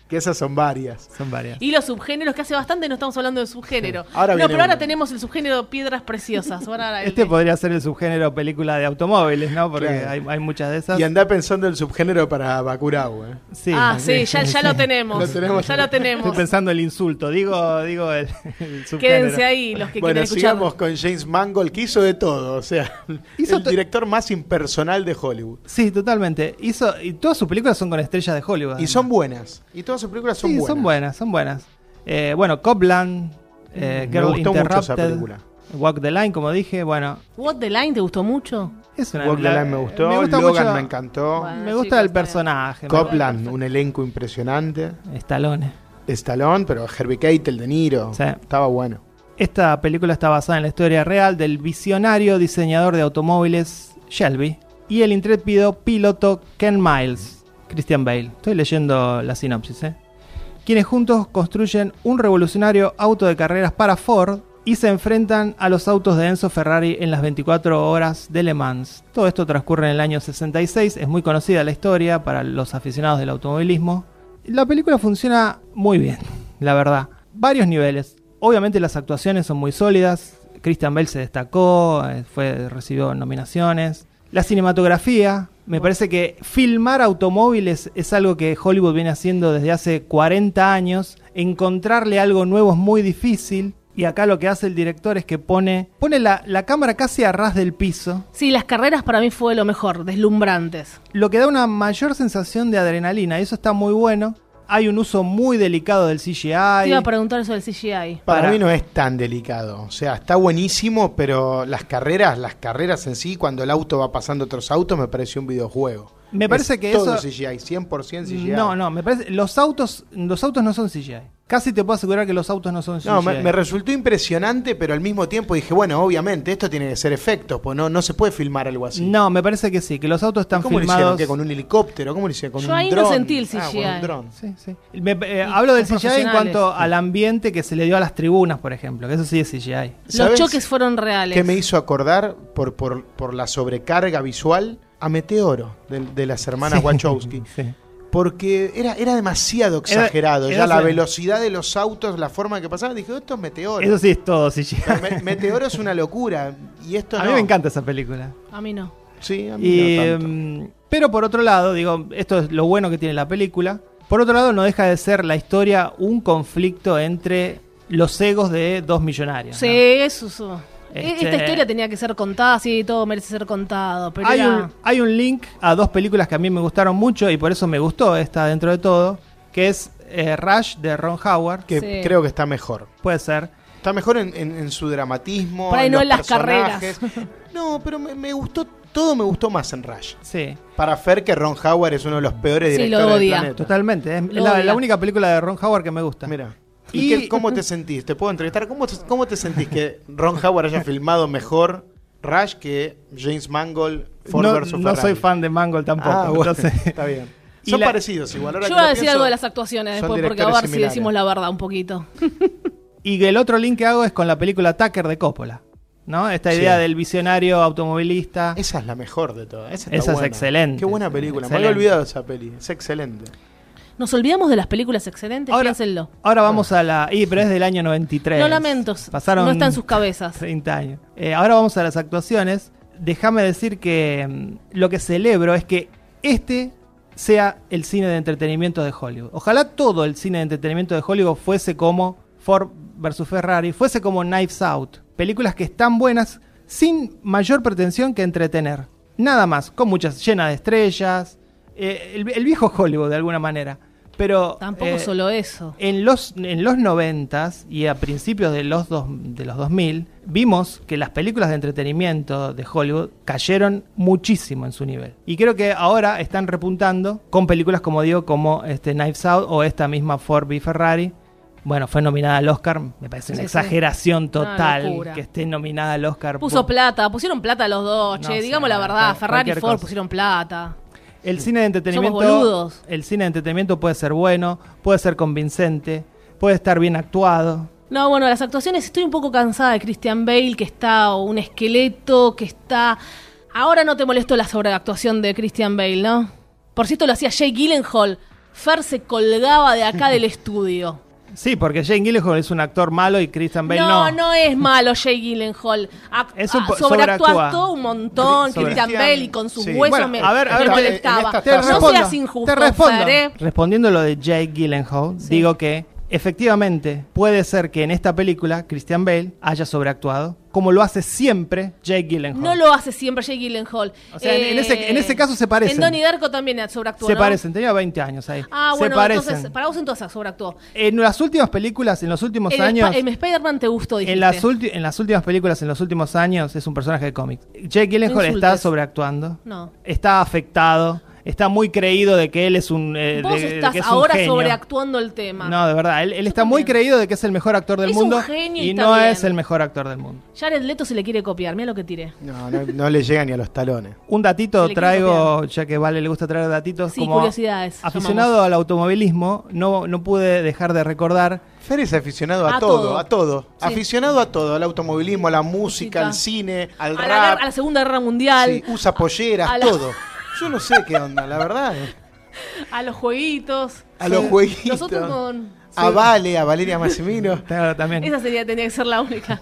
S1: Que esas son varias.
S3: Son varias.
S4: Y los subgéneros, que hace bastante no estamos hablando de subgénero.
S1: Ahora viene
S4: no, pero ahora
S1: uno.
S4: tenemos el subgénero Piedras Preciosas. Ahora el-
S3: Este podría ser el subgénero película de automóviles, ¿no? Porque
S1: Claro.
S3: hay, hay muchas de esas.
S1: Y anda pensando el subgénero para Bakurau, ¿eh?
S3: Sí,
S4: ah, sí, ya, ya lo tenemos.
S1: Lo tenemos.
S4: Ya lo
S3: Estoy
S4: tenemos.
S3: pensando el insulto, digo, digo el, el subgénero.
S4: Oh. Quédense ahí los que
S1: Bueno,
S4: quieren escuchar.
S1: sigamos con James Mangold, que hizo de todo. O sea,
S3: Hizo
S1: el
S3: to-
S1: director más impersonal de Hollywood.
S3: Sí, totalmente. Hizo, y todas sus películas son con estrellas de Hollywood.
S1: Y
S3: además.
S1: son buenas. Y todas sus películas son
S3: sí,
S1: buenas.
S3: son buenas, son buenas. Eh, bueno, Copland, eh,
S1: Me
S3: Girl
S1: gustó mucho esa
S3: Interrupted,
S1: película.
S3: Walk the Line, como dije, bueno,
S4: What the Line te gustó mucho?
S3: es una
S1: Walk the
S3: la-
S1: Line me gustó,
S3: gusta
S1: Logan
S3: mucho-
S1: me encantó.
S4: Bueno.
S3: Me gusta el
S4: Chicos, Ah, está bien.
S3: personaje.
S1: Copland, un elenco impresionante.
S3: Estalone.
S1: Stallone, pero Herbie Keitel, De Niro.
S3: Sí.
S1: Estaba bueno.
S3: Esta película está basada en la historia real del visionario diseñador de automóviles Shelby y el intrépido piloto Ken Miles, Christian Bale. Estoy leyendo la sinopsis, ¿eh? Quienes juntos construyen un revolucionario auto de carreras para Ford y se enfrentan a los autos de Enzo Ferrari en las 24 horas de Le Mans. Todo esto transcurre en el año 66, es muy conocida la historia para los aficionados del automovilismo. La película funciona muy bien, la verdad. Varios niveles. Obviamente las actuaciones son muy sólidas. Christian Bell se destacó, eh, fue, recibió nominaciones. La cinematografía, me parece que filmar automóviles es algo que Hollywood viene haciendo desde hace 40 años. Encontrarle algo nuevo es muy difícil. Y acá lo que hace el director es que pone, pone la, la cámara casi a ras del piso,
S4: Sí, las carreras para mí fue lo mejor, deslumbrantes.
S3: lo que da una mayor sensación de adrenalina. Y eso está muy bueno. Hay un uso muy delicado del
S4: Te iba a
S3: CGI.
S4: preguntar sobre el CGI.
S1: Para,
S3: Para-
S1: mí no es tan delicado. O sea, está buenísimo, pero las carreras, las carreras en sí, cuando el auto va pasando otros autos, me pareció un videojuego.
S3: Me
S1: Es
S3: parece que
S1: todo
S3: eso-
S1: CGI, 100% CGI.
S3: Mm, No, no, me parece. Los autos, los autos no son CGI. Casi te puedo asegurar que los autos no son CGI.
S1: No, me, me resultó impresionante, pero al mismo tiempo dije, bueno, obviamente, esto tiene que ser efectos, pues no, no se puede filmar algo así.
S3: No, me parece que sí, que los autos están
S1: ¿Cómo lo hicieron?
S3: filmados.
S1: ¿Qué, ¿Con un helicóptero? ¿Cómo lo hicieron? ¿Con
S4: Yo
S1: un
S4: ahí no
S1: dron?
S4: sentí el
S1: Ah, con
S4: CGI.
S1: un dron.
S3: Sí, sí. Me- eh, hablo del
S4: son
S3: CGI en cuanto
S4: profesionales.
S3: al ambiente que se le dio a las tribunas, por ejemplo, que eso sí es CGI.
S1: ¿Sabes
S4: Los choques fueron reales.
S1: ¿Qué me hizo acordar por, por, por la sobrecarga visual a Meteoro de, de las hermanas Wachowski?
S3: Sí.
S1: Porque era, era demasiado
S3: Era-
S1: exagerado.
S3: era
S1: ya la
S3: ese-
S1: velocidad de los autos, la forma que pasaban, dije, esto es Meteoro.
S3: Eso sí es todo CGI.
S1: Me- meteoro es una locura. Y esto
S3: A
S1: no.
S3: mí me encanta esa película.
S4: A mí no.
S1: Sí, a mí
S3: Y,
S1: no tanto.
S3: mm, pero por otro lado, digo, esto es lo bueno que tiene la película. Por otro lado, no deja de ser la historia un conflicto entre los egos de dos millonarios.
S4: Sí,
S3: ¿no?
S4: eso. eso. E-
S3: Este-
S4: Esta historia tenía que ser contada, sí, todo merece ser contado. Pero
S3: hay,
S4: era-
S3: un, hay un link a dos películas que a mí me gustaron mucho y por eso me gustó esta dentro de todo, que es eh, Rush de Ron Howard, que
S1: Que
S4: sí.
S1: creo que está mejor.
S3: puede ser.
S1: Está mejor en, en- en su dramatismo.
S4: Por ahí no
S1: los
S4: en las
S1: personajes. No, pero me, me gustó, todo me gustó más en Rush.
S3: Sí,
S1: Para Fer que Ron Howard es uno de los peores
S4: Sí, lo
S1: directores del
S4: odia.
S1: planeta.
S3: totalmente. Es
S4: Lo
S3: la,
S4: odia.
S3: la única película de Ron Howard que me gusta.
S1: Mira.
S3: Y-
S1: ¿Y, qué- cómo te sentís? ¿Te puedo entrevistar? ¿Cómo te, cómo te sentís que Ron Howard haya filmado mejor Rush que James Mangold Ford
S3: no,
S1: versus
S3: no
S1: Ferrari?
S3: soy fan de Mangold tampoco.
S1: Ah, bueno,
S3: entonces-
S1: está bien.
S3: Y
S1: Son
S3: la-
S1: parecidos igual. Ahora
S4: Yo
S1: que
S4: iba a
S1: lo
S4: decir
S1: pienso,
S4: algo de las actuaciones
S1: son
S4: después, porque a
S1: directores
S4: ver si
S1: similares.
S4: decimos la verdad un poquito.
S3: Y el otro link que hago es con la película Tucker de Coppola. ¿No? Esta
S1: Sí.
S3: idea del visionario automovilista.
S1: Esa es la mejor de todas. Esa, está
S3: Esa es
S1: buena.
S3: excelente.
S1: Qué buena película. Me
S3: Excelente.
S1: había olvidado esa peli. Es excelente.
S4: Nos olvidamos de las películas excelentes,
S3: Ahora-
S4: piénsenlo.
S3: Ahora vamos a la. Y, pero es del año 93.
S4: Lo lamento,
S3: Pasaron
S4: no está en sus cabezas.
S3: 30 años. Eh, ahora vamos a las actuaciones. Déjame decir que mm, lo que celebro es que este sea el cine de entretenimiento de Hollywood. Ojalá todo el cine de entretenimiento de Hollywood fuese como Ford vs. Ferrari, fuese como Knives Out. Películas que están buenas sin mayor pretensión que entretener. Nada más, con muchas llenas de estrellas. eh, el, el viejo Hollywood de alguna manera. Pero
S4: Tampoco
S3: eh,
S4: solo eso.
S3: en los, en los 90 y a principios de los, dos, de los 2000 vimos que las películas de entretenimiento de Hollywood cayeron muchísimo en su nivel. Y creo que ahora están repuntando con películas como digo, como este Knives Out o esta misma Ford v Ferrari. Bueno, fue nominada al Oscar, me parece una
S4: Sí, sí.
S3: exageración total
S4: locura.
S3: que esté nominada al Oscar.
S4: Puso
S3: Por-
S4: plata, pusieron plata los dos,
S3: No
S4: che,
S3: sé,
S4: digamos la
S3: cual-
S4: verdad, Ferrari y
S3: cualquier
S4: Ford
S3: cosa.
S4: pusieron plata.
S3: El cine de entretenimiento.
S4: Somos boludos.
S3: El cine de entretenimiento puede ser bueno, puede ser convincente, puede estar bien actuado.
S4: No, bueno, las actuaciones, estoy un poco cansada de Christian Bale, que está un esqueleto, que está... Ahora no te molesto la sobreactuación de Christian Bale, ¿no? Por cierto, lo hacía Jake Gyllenhaal. Fer se colgaba de acá del estudio.
S3: Sí, porque Jane Gyllenhaal es un actor malo y Christian Bale
S4: no,
S3: no.
S4: no es malo Jake Gyllenhaal. Ac-
S3: Es un po-
S4: ah, sobreactúa
S3: sobreactúa.
S4: todo un montón,
S3: Sobre-
S4: Christian Bale y con sus
S1: Sí.
S4: huesos
S3: Bueno,
S4: me,
S3: a ver, a ver,
S4: me
S3: te-
S1: en
S4: molestaba.
S1: esta te
S4: no
S1: respondo,
S4: seas injusto,
S3: te respondo.
S4: Fer, ¿eh?
S3: Respondiendo lo de Jake Gyllenhaal, digo que efectivamente puede ser que en esta película Christian Bale haya sobreactuado, como lo hace siempre Jake Gyllenhaal.
S4: No lo hace siempre Jake Gyllenhaal. Eh,
S3: O sea, en- en ese- en ese caso se parecen.
S4: En Donnie Darko también sobreactuó,
S3: se
S4: ¿no?
S3: parecen, tenía 20 años ahí.
S4: Ah, bueno,
S3: se parecen.
S4: entonces, para vos entonces sobreactuó.
S3: En las últimas películas, en los últimos
S4: En,
S3: años.
S4: Sp- en Spider-Man te gustó, dijiste.
S3: En las, ulti- en las últimas películas, en los últimos años, es un personaje de cómic. Jake Gyllenhaal
S4: No
S3: está
S4: insultes.
S3: sobreactuando.
S4: No.
S3: Está afectado. está muy creído de que él es un. eh,
S4: Vos
S3: de- de
S4: estás
S3: que es un
S4: ahora
S3: genio.
S4: sobreactuando el tema.
S3: No, de verdad. Él, él está muy
S4: también.
S3: creído de que es el mejor actor del
S4: Es un
S3: mundo.
S4: genio y
S3: y
S4: está
S3: no
S4: bien.
S3: es el mejor actor del mundo.
S4: Jared Leto se le quiere copiar, mira lo que tiré.
S1: No, no, no le llega ni a los talones.
S3: Un datito
S4: Se le quiso
S3: traigo, ya que Vale le gusta traer datitos.
S4: Sí,
S3: como
S4: curiosidades,
S3: Aficionado
S4: llamamos.
S3: al automovilismo, no, no pude dejar de recordar
S1: Fer es aficionado a,
S4: A
S1: todo,
S4: todo.
S1: a todo.
S4: Sí.
S1: Aficionado a todo, al automovilismo, a la música,
S4: Música.
S1: al cine,
S4: A
S1: al
S4: la,
S1: rap.
S4: guerra- a la Segunda Guerra Mundial,
S1: sí, usa polleras,
S4: a la-
S1: todo. Yo no sé qué onda, la verdad. eh.
S4: a los jueguitos.
S1: A los jueguitos.
S4: Nosotros con...
S1: A Vale, a Valeria Massimino.
S3: claro, también.
S4: Esa sería, tenía que ser la única.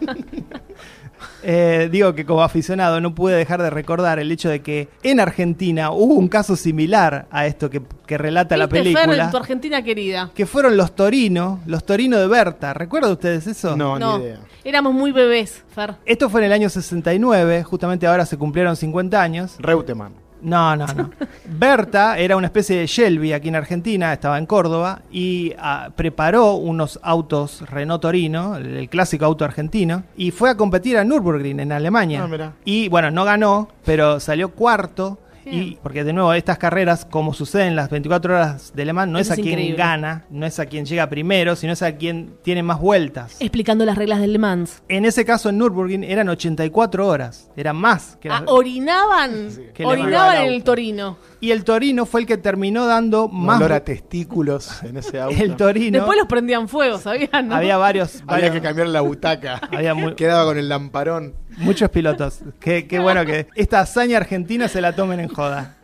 S3: Eh, digo que como aficionado no pude dejar de recordar el hecho de que en Argentina hubo un caso similar a esto que, que relata la
S4: Viste, Fer, en tu
S3: película.
S4: Argentina querida.
S3: Que fueron los Torinos, los Torinos de Berta. ¿Recuerdan ustedes eso?
S1: No,
S4: No,
S1: ni idea.
S4: éramos muy bebés, Fer.
S3: Esto fue en el año 69, justamente ahora se cumplieron 50 años.
S1: Reutemann.
S3: No, no, no. Berta era una especie de Shelby aquí en Argentina, estaba en Córdoba y ah, preparó unos autos Renault Torino, el, el clásico auto argentino, y fue a competir a Nürburgring en Alemania.
S1: Ah, mirá.
S3: y bueno, no ganó, pero salió cuarto. Y,
S4: Bien.
S3: porque de nuevo, estas carreras, como sucede en las 24 horas de Le Mans, no
S4: Eso
S3: es a
S4: es
S3: quien
S4: increíble.
S3: gana, no es a quien llega primero, sino es a quien tiene más vueltas.
S4: Explicando las reglas del Mans.
S3: En ese caso, en Nürburgring eran 84 horas, era más que
S4: Ah,
S3: las-
S4: orinaban,
S3: Que le mandaba
S4: orinaban
S3: al
S4: en el
S3: auto.
S4: torino.
S3: Y el Torino fue el que terminó dando más.
S1: Olor a testículos en ese auto.
S3: El Torino.
S4: Después los prendían fuego, ¿sabían? no?
S3: Había varios,
S1: Había
S3: varios-
S1: que cambiar la butaca.
S3: Había mu-
S1: Quedaba con el lamparón.
S3: muchos pilotos. Qué, qué bueno que esta hazaña argentina se la tomen en joda.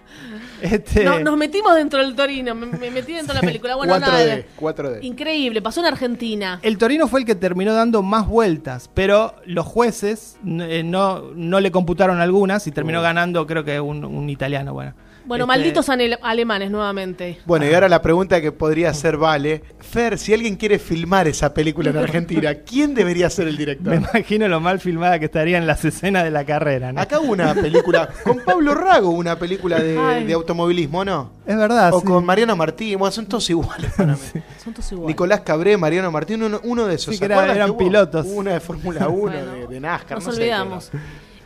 S3: Este,
S4: No, nos metimos dentro del torino, me, me metí dentro de la película. Ah, Bueno,
S1: 4D,
S4: nada.
S1: 4D.
S4: Increíble, pasó en Argentina.
S3: El Torino fue el que terminó dando más vueltas, pero los jueces eh, no, no le computaron algunas y
S1: Uh.
S3: terminó ganando, creo que un, un italiano. Bueno,
S4: Bueno,
S3: Este,
S4: malditos anel- alemanes nuevamente.
S1: Bueno, y ahora la pregunta que podría hacer Vale. Fer, si alguien quiere filmar esa película en Argentina, ¿quién debería ser el
S3: Me
S1: director?
S3: imagino lo mal filmada que estarían las escenas de la carrera. ¿no?
S1: Acá hubo una película, con Pablo Rago hubo una película de,
S4: Ay.
S1: de automovilismo, ¿no?
S3: Es verdad.
S1: o
S3: Ah, sí.
S1: con Mariano Martín, bueno, son todos iguales para mí.
S4: Son todos iguales.
S1: Nicolás Cabré, Mariano Martín, uno, uno de esos.
S3: Sí,
S1: ¿Se
S3: que era-
S1: acuerdan
S3: eran
S1: que hubo
S3: pilotos.
S1: Una de Fórmula 1,
S4: Bueno,
S1: de, de NASCAR,
S4: Nos
S1: no sé qué era.
S4: olvidamos.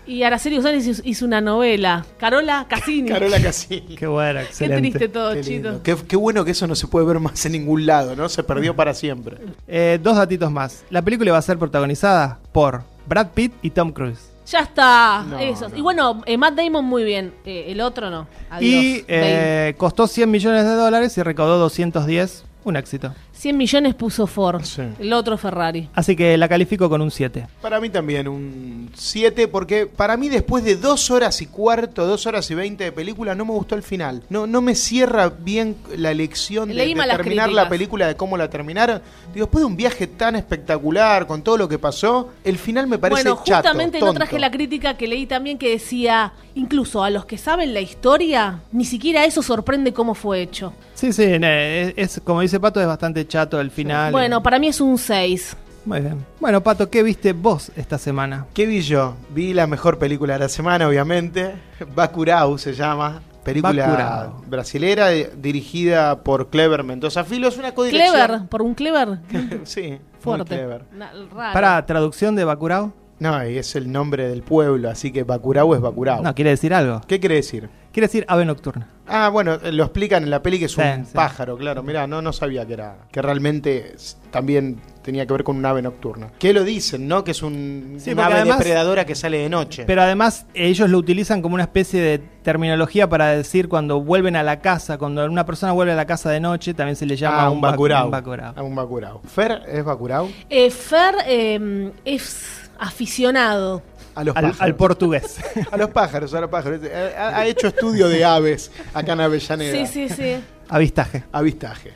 S4: Y Araceli González hizo, hizo una novela, Carola Cassini.
S1: Carola Cassini.
S3: Qué bueno,
S4: Qué
S3: excelente.
S4: triste todo,
S1: Qué,
S4: chicos.
S1: lindo. Qué- qué bueno que eso no se puede ver más en ningún lado, ¿no? Se perdió para siempre.
S3: Eh, dos datitos más. La película va a ser protagonizada por Brad Pitt y Tom Cruise.
S4: Ya está.
S1: No,
S4: eso.
S1: no.
S4: Y bueno, eh, Matt Damon muy bien. Eh, el otro no. Adiós.
S3: y
S4: Bane.
S3: eh, costó 100 millones de dólares y recaudó 210. Un éxito.
S4: 100 millones puso Ford.
S1: Sí.
S4: El otro Ferrari.
S3: Así que la califico con un 7.
S1: Para mí también un 7, porque para mí después de dos horas y cuarto, dos horas y veinte de película, no me gustó el final. No, no me cierra bien la elección de,
S4: Leí
S1: de
S4: malas
S1: terminar
S4: críticas.
S1: la película, de cómo la terminaron. Digo, después de un viaje tan espectacular, con todo lo que pasó, el final me parece
S4: bueno,
S1: chato,
S4: justamente no
S1: tonto.
S4: traje la crítica que leí también que decía, incluso a los que saben la historia, ni siquiera eso sorprende cómo fue hecho.
S3: Sí, sí, ne, es, es- como dice Pato, es bastante chato el final.
S4: Bueno, para mí es un 6.
S3: Muy bien. Bueno, Pato, ¿qué viste vos esta semana?
S1: ¿Qué vi yo? Vi la mejor película de la semana, obviamente. Bacurau se llama. Película
S3: Bacurau.
S1: brasilera eh, dirigida por Clever Mendoza Filo. Es una
S4: Clever,
S1: codirección.
S4: por un clever.
S1: sí, muy
S4: Fuerte.
S1: clever.
S4: Na- raro.
S3: Para traducción de Bacurao.
S1: No, y es el nombre del pueblo, así que Bacurau es Bacurau.
S3: No, quiere decir algo.
S1: ¿Qué quiere decir?
S3: Quiere decir ave nocturna.
S1: Ah, bueno, eh, lo explican en la peli que es
S3: Sí,
S1: un
S3: sí.
S1: pájaro, claro. Mirá, no, no sabía que era. Que realmente s- también tenía que ver con un ave nocturna. Que lo dicen, ¿no? Que es un,
S3: Sí,
S1: una
S3: porque
S1: ave
S3: además-
S1: depredadora que sale de noche.
S3: Pero además ellos lo utilizan como una especie de terminología para decir cuando vuelven a la casa, cuando una persona vuelve a la casa de noche, también se le llama
S1: Ah,
S3: un, bac-
S1: Bacurau.
S3: un Bacurau.
S1: A un Bacurau. Fer es Bacurau.
S4: Eh, Fer eh, es aficionado.
S1: A los
S3: Al,
S1: pájaros.
S3: al portugués.
S1: a los pájaros, a los pájaros. Eh, Ha, ha hecho estudio de aves acá en Avellaneda.
S4: Sí, sí, sí.
S3: Avistaje.
S1: Avistaje.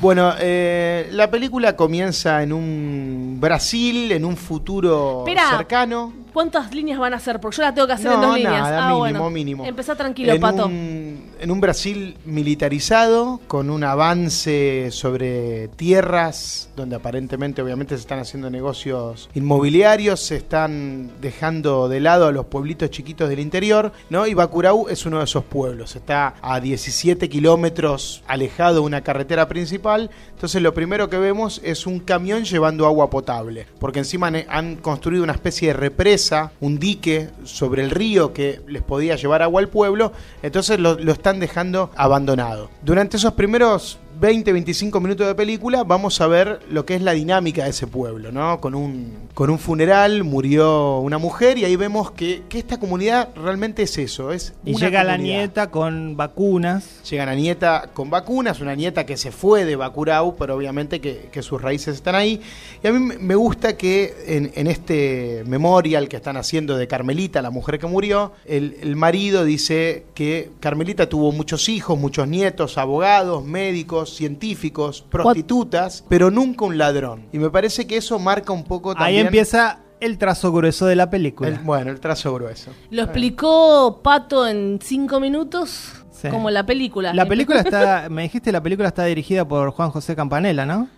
S1: Bueno, eh, la película comienza en un Brasil, en un futuro
S4: Esperá.
S1: cercano.
S4: ¿Cuántas líneas van a hacer? Porque yo la tengo que hacer en dos líneas.
S1: nada,
S4: Ah,
S1: mínimo,
S4: bueno.
S1: mínimo.
S4: Empezá tranquilo,
S1: en
S4: Pato.
S1: Un, en un Brasil militarizado, con un avance sobre tierras, donde aparentemente, obviamente, se están haciendo negocios inmobiliarios, se están dejando de lado a los pueblitos chiquitos del interior, ¿no? Y Bacurau es uno de esos pueblos. Está a 17 kilómetros alejado de una carretera principal. Entonces, lo primero que vemos es un camión llevando agua potable, porque encima ne- han construido una especie de represa represa, un dique sobre el río que les podía llevar agua al pueblo, entonces lo, lo están dejando abandonado. Durante esos primeros 20, 25 minutos de película, vamos a ver lo que es la dinámica de ese pueblo, ¿no? Con un, con un funeral murió una mujer y ahí vemos que, que esta comunidad realmente es eso, es
S3: Y
S1: una
S3: llega la
S1: comunidad.
S3: nieta con vacunas.
S1: Llega la nieta con vacunas, una nieta que se fue de Bacurau, pero obviamente que, que sus raíces están ahí. Y a mí me- me gusta que en, en este memorial que están haciendo de Carmelita, la mujer que murió, el, el marido dice que Carmelita tuvo muchos hijos, muchos nietos, abogados, médicos, científicos, prostitutas, pero nunca un ladrón. Y me parece que eso marca un poco
S3: Ahí
S1: también...
S3: empieza el trazo grueso de la película.
S1: el- bueno, el trazo grueso.
S4: Lo explicó Pato en cinco minutos,
S3: Sí.
S4: como la película.
S3: La película está, me dijiste, la película está dirigida por Juan José Campanella, ¿no?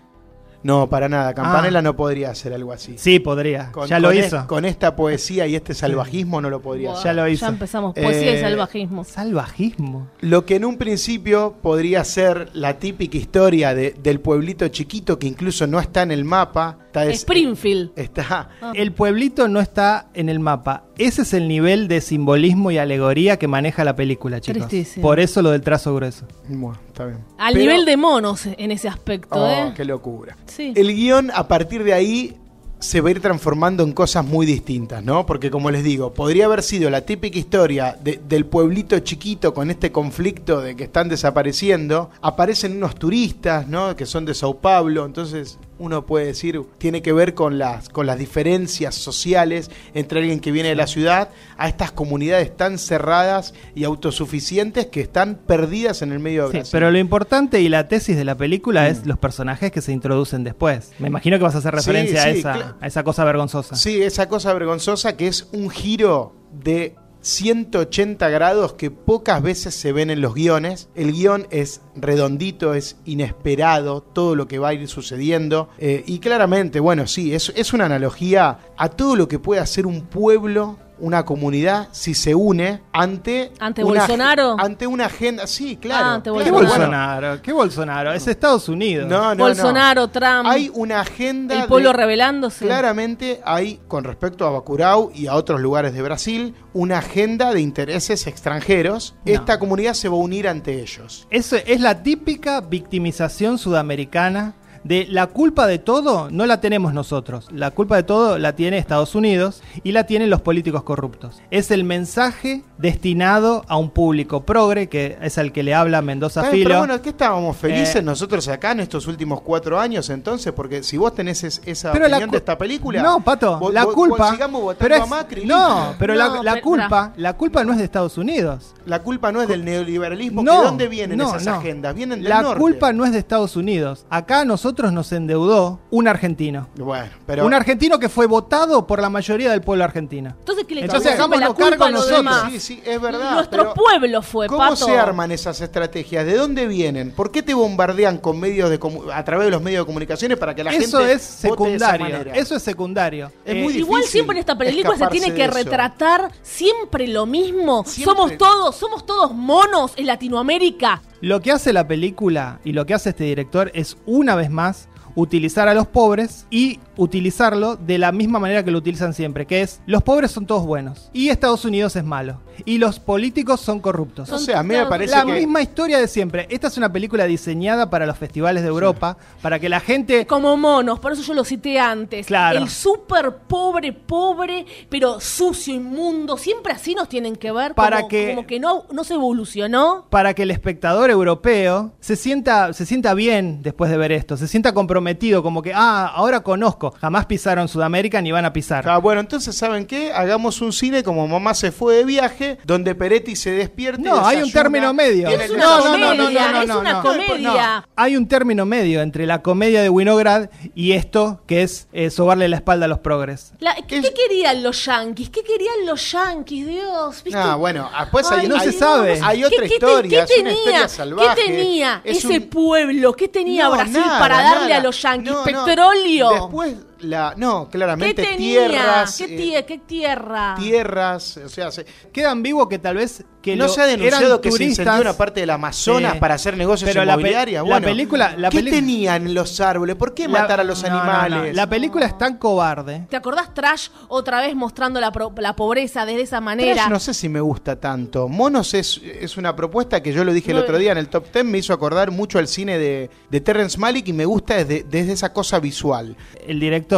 S1: No, para nada. Campanella
S3: Ah.
S1: no podría hacer algo así.
S3: Sí, podría.
S1: Con-
S3: ya lo
S1: con es-
S3: hizo.
S1: con esta poesía y este salvajismo no lo podría
S4: Buah,
S1: hacer.
S3: ya lo hizo.
S4: Ya empezamos. Poesía y
S1: Eh,
S4: salvajismo.
S3: Salvajismo.
S1: Lo que en un principio podría ser la típica historia de- del pueblito chiquito que incluso no está en el mapa. Está des-
S4: Springfield.
S1: Está.
S4: Ah.
S3: El pueblito no está en el mapa. Ese es el nivel de simbolismo y alegoría que maneja la película, chicos.
S4: Tristísimo.
S3: Por eso lo del trazo grueso.
S1: Bueno, está bien.
S4: Al
S1: Pero-
S4: nivel de monos en ese aspecto,
S1: Oh,
S4: ¿eh?
S1: qué locura.
S4: Sí.
S1: El guión a partir de ahí se va a ir transformando en cosas muy distintas, ¿no? Porque como les digo, podría haber sido la típica historia de- del pueblito chiquito con este conflicto de que están desapareciendo, aparecen unos turistas, ¿no? Que son de Sao Paulo, entonces uno puede decir, tiene que ver con las, con las diferencias sociales entre alguien que viene de la ciudad a estas comunidades tan cerradas y autosuficientes que están perdidas en el medio de
S3: Sí,
S1: Brasil.
S3: pero lo importante y la tesis de la película es los personajes que se introducen después. Me imagino que vas a hacer
S1: Mm. Sí,
S3: referencia
S1: sí,
S3: a, esa,
S1: cla-
S3: a esa cosa vergonzosa.
S1: Sí, esa cosa vergonzosa que es un giro de 180 grados que pocas veces se ven en los guiones. El guión es redondito, es inesperado, todo lo que va a ir sucediendo. Eh, y claramente, bueno, sí, es, es una analogía a todo lo que puede hacer un pueblo, una comunidad, si se une ante...
S4: Ante
S1: una-
S4: Bolsonaro.
S1: Ante una agenda, sí, claro.
S4: Ah, ante
S1: claro,
S3: ¿Qué
S1: bueno.
S3: Bolsonaro? ¿Qué Bolsonaro? Es Estados Unidos.
S1: No, no, no.
S4: Bolsonaro, Trump,
S1: Hay una agenda
S4: el pueblo
S1: de-
S4: rebelándose.
S1: Claramente hay, con respecto a Bacurau y a otros lugares de Brasil, una agenda de intereses extranjeros.
S3: No.
S1: Esta comunidad se va a unir ante ellos.
S3: Eso es la típica victimización sudamericana de la culpa de todo no la tenemos nosotros, la culpa de todo la tiene Estados Unidos y la tienen los políticos corruptos. Es el mensaje destinado a un público progre que es al que le habla Mendoza
S1: Está bien,
S3: Filo.
S1: Pero bueno, ¿qué estábamos felices
S3: Eh.
S1: nosotros acá en estos últimos cuatro años entonces? Porque si vos tenés es- esa
S3: Pero la
S1: opinión de
S3: cu-
S1: esta película...
S3: No, pato,
S1: vo-
S3: la
S1: vo-
S3: culpa.
S1: sigamos votando
S3: pero es-
S1: a Macri.
S3: no,
S1: listo.
S3: pero
S4: No,
S3: la, la
S4: pero-
S3: culpa, la culpa no es de Estados Unidos.
S1: La culpa no es del neoliberalismo.
S3: No,
S1: ¿De dónde vienen
S3: no,
S1: esas
S3: no.
S1: agendas? Vienen del
S3: La
S1: norte.
S3: culpa no es de Estados Unidos. Acá a nosotros nos endeudó un argentino.
S1: Bueno, pero...
S3: Un argentino que fue votado por la mayoría del pueblo argentino.
S4: Entonces, ¿qué le
S3: Entonces,
S4: echamos
S3: hagámonos
S4: la culpa
S3: cargo
S4: a los
S3: nosotros.
S4: demás?
S1: Sí, sí, es verdad.
S4: Nuestro
S1: pero-
S4: pueblo fue,
S1: ¿Cómo
S4: Pues, Pato.
S1: se arman esas estrategias? ¿De dónde vienen? ¿Por qué te bombardean con medios de comu- a través de los medios de comunicaciones para que la
S3: Eso
S1: gente
S3: es
S1: vote de esa
S3: secundario.
S1: manera?
S3: Eso es secundario.
S1: Es muy difícil
S4: Igual siempre en esta película se
S1: escaparse
S4: tiene
S1: de
S4: que
S1: eso.
S4: retratar siempre lo mismo.
S1: Siempre.
S4: Somos todos, somos todos monos en Latinoamérica.
S3: Lo que hace la película y lo que hace este director es una vez más utilizar a los pobres y utilizarlo de la misma manera que lo utilizan siempre, que es los pobres son todos buenos y Estados Unidos es malo y los políticos son corruptos.
S1: No sé, a mí me parece
S3: la
S1: que
S3: misma historia de siempre. Esta es una película diseñada para los festivales de Europa, para que la gente
S4: Como monos, por eso yo lo cité antes.
S3: Claro.
S4: El súper pobre, pobre, pero sucio, inmundo. Siempre así nos tienen que ver.
S3: Para
S4: como,
S3: que-
S4: como que no, no se evolucionó.
S3: para que el espectador europeo se sienta, se sienta bien después de ver esto, se sienta comprometido, como que, ah, ahora conozco, jamás pisaron Sudamérica ni van a pisar.
S1: Ah, bueno, entonces, ¿saben qué? Hagamos un cine como Mamá se fue de viaje, donde Peretti se despierte.
S3: No, hay un
S1: desayuna,
S3: término medio.
S1: tiene
S4: Es
S1: el-
S4: una
S3: No, no, no,
S4: comedia,
S3: no, no, no,
S4: es
S3: no,
S4: una
S3: no.
S4: comedia.
S3: Hay un término medio entre la comedia de Winograd y esto, que es eh, sobarle la espalda a los progres.
S4: La- ¿qué,
S1: Es-
S4: qué querían los yanquis? ¿Qué querían los yanquis? Dios, ¿viste?
S1: Ah, bueno, después hay,
S3: Ay, no
S1: hay-
S3: se sabe.
S1: Hay
S4: ¿Qué-
S1: otra
S4: qué te-
S1: historia,
S4: ¿Qué
S1: es una historia
S4: tenía,
S1: salvaje.
S4: ¿Qué tenía
S1: Es
S4: ese
S1: un-
S4: pueblo? ¿Qué tenía
S1: No,
S4: Brasil
S1: nada,
S4: para darle
S1: nada.
S4: a los yanquis?
S1: No, no.
S4: Petróleo.
S1: Después la. No, claramente
S4: ¿Qué tenía?
S1: tierras.
S4: ¿Qué,
S1: eh,
S4: tie- qué tierra?
S1: tierras. O sea, se-
S3: Queda ambiguo que tal vez que
S1: no
S3: lo-
S1: se ha denunciado
S3: eran
S1: que se
S3: turistas,
S1: incendió una parte del Amazonas
S3: Sí.
S1: para hacer negocios
S3: Pero la pe-
S1: inmobiliarios.
S3: la
S1: Bueno,
S3: película- la
S1: ¿Qué
S3: peli-
S1: tenían los árboles? ¿Por qué
S3: la-
S1: matar a los
S3: no, no, no.
S1: animales?
S3: La película es tan cobarde.
S4: ¿Te acordás Trash otra vez mostrando la, pro- la pobreza desde esa manera?
S1: Trash no sé si me gusta tanto. Monos es, es una propuesta que yo lo dije el
S4: No,
S1: otro día en el top 10, me hizo acordar mucho al cine de, de Terrence Malick y me gusta desde, desde esa cosa visual.
S3: El director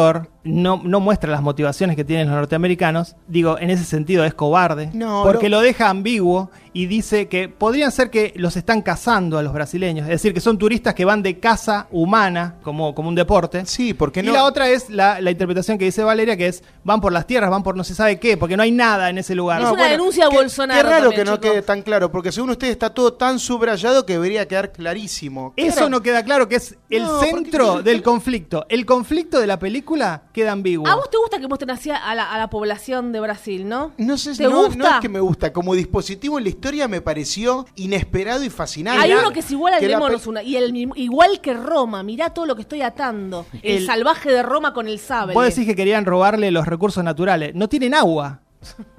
S3: no, no muestra las motivaciones que tienen los norteamericanos. Digo, en ese sentido es cobarde.
S1: No,
S3: porque
S1: lo-
S3: lo deja ambiguo y dice que podrían ser que los están cazando a los brasileños. Es decir, que son turistas que van de caza humana como, como un deporte.
S1: Sí, porque
S3: y
S1: no.
S3: la otra es la, la interpretación que dice Valeria, que es van por las tierras, van por no se sabe qué, porque no hay nada en ese lugar.
S4: Es una denuncia a Bolsonaro
S1: Ah, Qué raro
S4: también,
S1: que no
S4: chicos.
S1: quede tan claro, porque según ustedes está todo tan subrayado que debería quedar clarísimo.
S3: Eso no queda claro, que es el
S1: No, porque-
S3: centro del conflicto. El conflicto de la película queda ambiguo.
S4: A vos te gusta que muestren así a la, a la población de Brasil, ¿no?
S1: No sé si
S4: ¿Te
S1: no,
S4: gusta?
S1: no es que me gusta. Como dispositivo en la historia me pareció inesperado y fascinante.
S4: Hay uno que es igual al
S1: Que
S4: de
S1: la pe-
S4: Monos, una- y el mismo- igual que Roma, mirá todo lo que estoy atando. El,
S3: El-
S4: salvaje de Roma con el sable.
S3: Vos decís que querían robarle los recursos naturales. No tienen agua.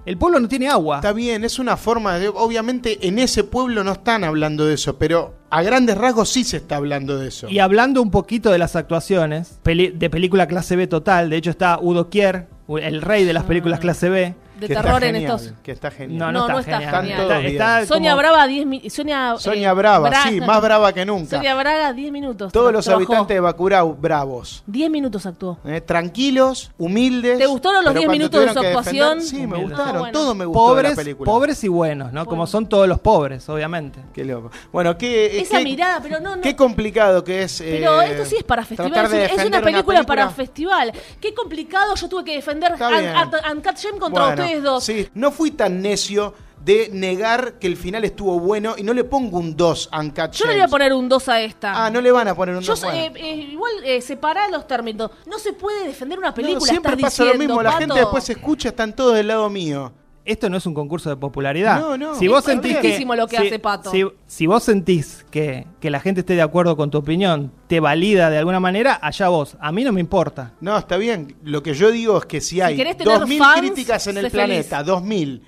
S3: El pueblo no tiene agua.
S1: Está bien, es una forma de. Obviamente en ese pueblo no están hablando de eso, pero a grandes rasgos sí se está hablando de eso.
S3: Y hablando un poquito de las actuaciones, peli- de película clase B total, de hecho está Udo Kier, el rey de las películas clase B.
S4: de
S1: Que está
S4: terror en
S1: genial,
S4: estos.
S1: Que está genial.
S3: No, no,
S4: Ah. No,
S3: está,
S4: no está
S3: genial.
S1: genial. Están todos bien.
S4: Sonia
S3: como-
S4: Brava, 10 minutos. Sonia,
S1: Sonia
S4: eh,
S1: Brava,
S4: Bra-
S1: sí, más brava que nunca.
S4: Sonia Braga, 10 minutos.
S1: Todos
S4: tra-
S1: los
S4: trabajó.
S1: habitantes de Bacurau, bravos.
S4: 10 minutos actuó.
S1: Eh, tranquilos, humildes.
S4: ¿Te gustaron los
S1: pero
S4: 10
S1: cuando
S4: minutos de
S1: tuvieron
S4: su
S1: que defender-
S4: actuación?
S1: Sí, me
S3: Humildes.
S1: gustaron,
S4: Ah, bueno.
S1: todo me gustó de la
S3: pobres,
S1: película.
S3: pobres y buenos, ¿no? Como son todos los pobres, obviamente.
S1: Qué loco. Bueno, qué, eh,
S4: Esa
S1: qué-
S4: mirada, pero no, no.
S1: Qué complicado que es.
S4: Pero
S1: eh,
S4: esto sí es para festival,
S1: tratar
S4: es,
S1: de
S4: una- es una
S1: defender
S4: película, para festival. Qué complicado, yo tuve que defender
S1: Está bien.
S4: An- An- Uncut Gem contra
S1: Bueno,
S4: ustedes dos.
S1: Sí, no fui tan necio de negar que el final estuvo bueno y no le pongo un 2 a Uncut
S4: Yo le
S1: Gems.
S4: voy a poner un 2 a esta.
S1: Ah, no le van a poner un
S4: Yo
S1: 2. bueno.
S4: eh, eh, igual eh, separá los términos. No se puede defender una película.
S1: No, siempre
S4: estás
S1: pasa lo
S4: diciendo,
S1: mismo, la gente
S4: Pato.
S1: después escucha, están todos del lado mío.
S3: Esto no es un concurso de popularidad.
S1: No, no.
S3: Si vos
S1: Es
S3: sentís que,
S4: correctísimo lo que
S3: si,
S4: hace Pato.
S3: si- si vos sentís que, que la gente esté de acuerdo con tu opinión, te valida de alguna manera, allá vos. A mí no me importa.
S1: No, está bien. Lo que yo digo es que si hay
S4: querés tener
S1: 2.000
S4: fans,
S1: críticas en el
S4: sé
S1: planeta, 2.000,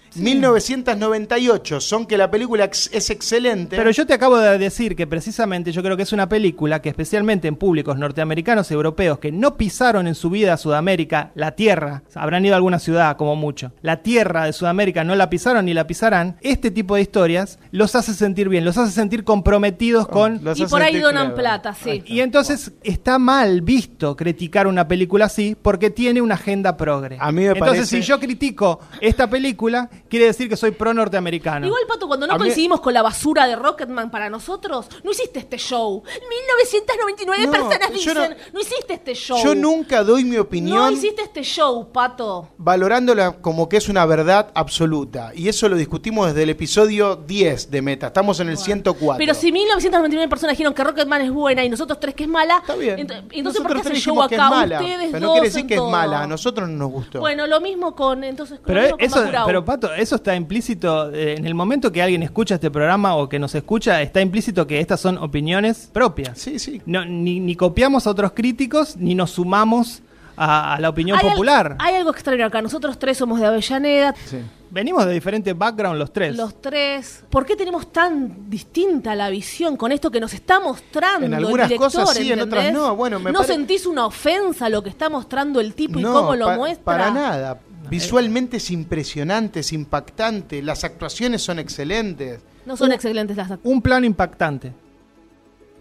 S1: 1.998 son que la película ex- es excelente.
S3: Pero yo te acabo de decir que precisamente yo creo que es una película que especialmente en públicos norteamericanos y europeos que no pisaron en su vida a Sudamérica la tierra, habrán ido a alguna ciudad como mucho, la tierra de Sudamérica no la pisaron ni la pisarán, este tipo de historias los hace sentir bien, los hace sentir
S1: Oh,
S3: comprometidos con...
S1: Los
S4: Y
S1: hace
S4: por ahí
S1: sentir
S4: donan
S1: clever.
S4: plata, sí.
S3: Y entonces está mal visto criticar una película así porque tiene una agenda progre.
S1: A mí me
S3: entonces
S1: parece-
S3: si yo critico esta película, quiere decir que soy pro norteamericano.
S4: Igual, Pato, cuando no
S1: A mí-
S4: coincidimos con la basura de Rocketman para nosotros, no hiciste este show. 1999
S1: No,
S4: personas
S1: yo no-
S4: dicen, no, hiciste este show.
S1: Yo nunca doy mi
S4: No
S1: opinión
S4: hiciste este show, Pato.
S1: valorándola como que es una verdad absoluta. Y eso lo discutimos desde el episodio 10 de Meta. Estamos en el 104.
S4: Pero si 1999 personas dijeron que Rocketman es buena y nosotros tres que es mala,
S1: Está bien.
S4: ent- entonces ¿por qué
S1: Nosotros tres
S4: hace show
S1: dijimos que es
S4: acá?
S1: mala,
S4: Ustedes
S1: Pero
S4: dos
S1: no quiere decir
S4: en
S1: que es
S4: todo.
S1: mala. A nosotros no nos gustó.
S4: Bueno, lo mismo con entonces lo
S3: Pero e-
S4: mismo con
S3: eso,
S4: Bacurau.
S3: pero Pato, eso está implícito eh, en el momento que alguien escucha este programa o que nos escucha, está implícito que estas son opiniones propias.
S1: Sí, sí.
S3: No, ni, ni copiamos a otros críticos, ni nos sumamos a, a la opinión
S4: Hay al-
S3: popular.
S4: hay algo extraño acá. Nosotros tres somos de Avellaneda.
S1: Sí.
S3: Venimos de diferentes background los tres.
S4: Los tres. ¿Por qué tenemos tan distinta la visión con esto que nos está mostrando
S1: En
S4: el
S1: algunas
S4: director,
S1: cosas sí, en
S4: ¿entendés?
S1: otras no. Bueno, me
S4: ¿No
S1: pare-
S4: sentís una ofensa a lo que está mostrando el tipo y
S1: No,
S4: cómo lo
S1: pa-
S4: muestra?
S1: Para nada. Visualmente es impresionante, es impactante. Las actuaciones son excelentes.
S4: No son excelentes las
S3: Un plano impactante.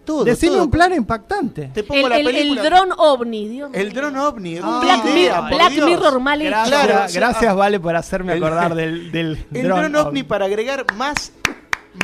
S1: Todo.
S3: Decime
S1: todo.
S3: un plano impactante.
S1: Te pongo
S4: El,
S1: la
S4: el- el
S1: película.
S4: dron ovni, Dios mío.
S1: El dron ovni.
S3: Ah.
S1: qué
S4: Black,
S1: idea,
S4: Mir-
S1: por
S4: Black
S1: Dios.
S4: Mirror mal hecho.
S3: Gracias,
S1: Claro, o sea,
S3: gracias
S1: ah,
S3: Vale, por hacerme
S1: el-
S3: acordar del, del
S1: El dron, ovni
S3: ovni.
S1: para agregar más,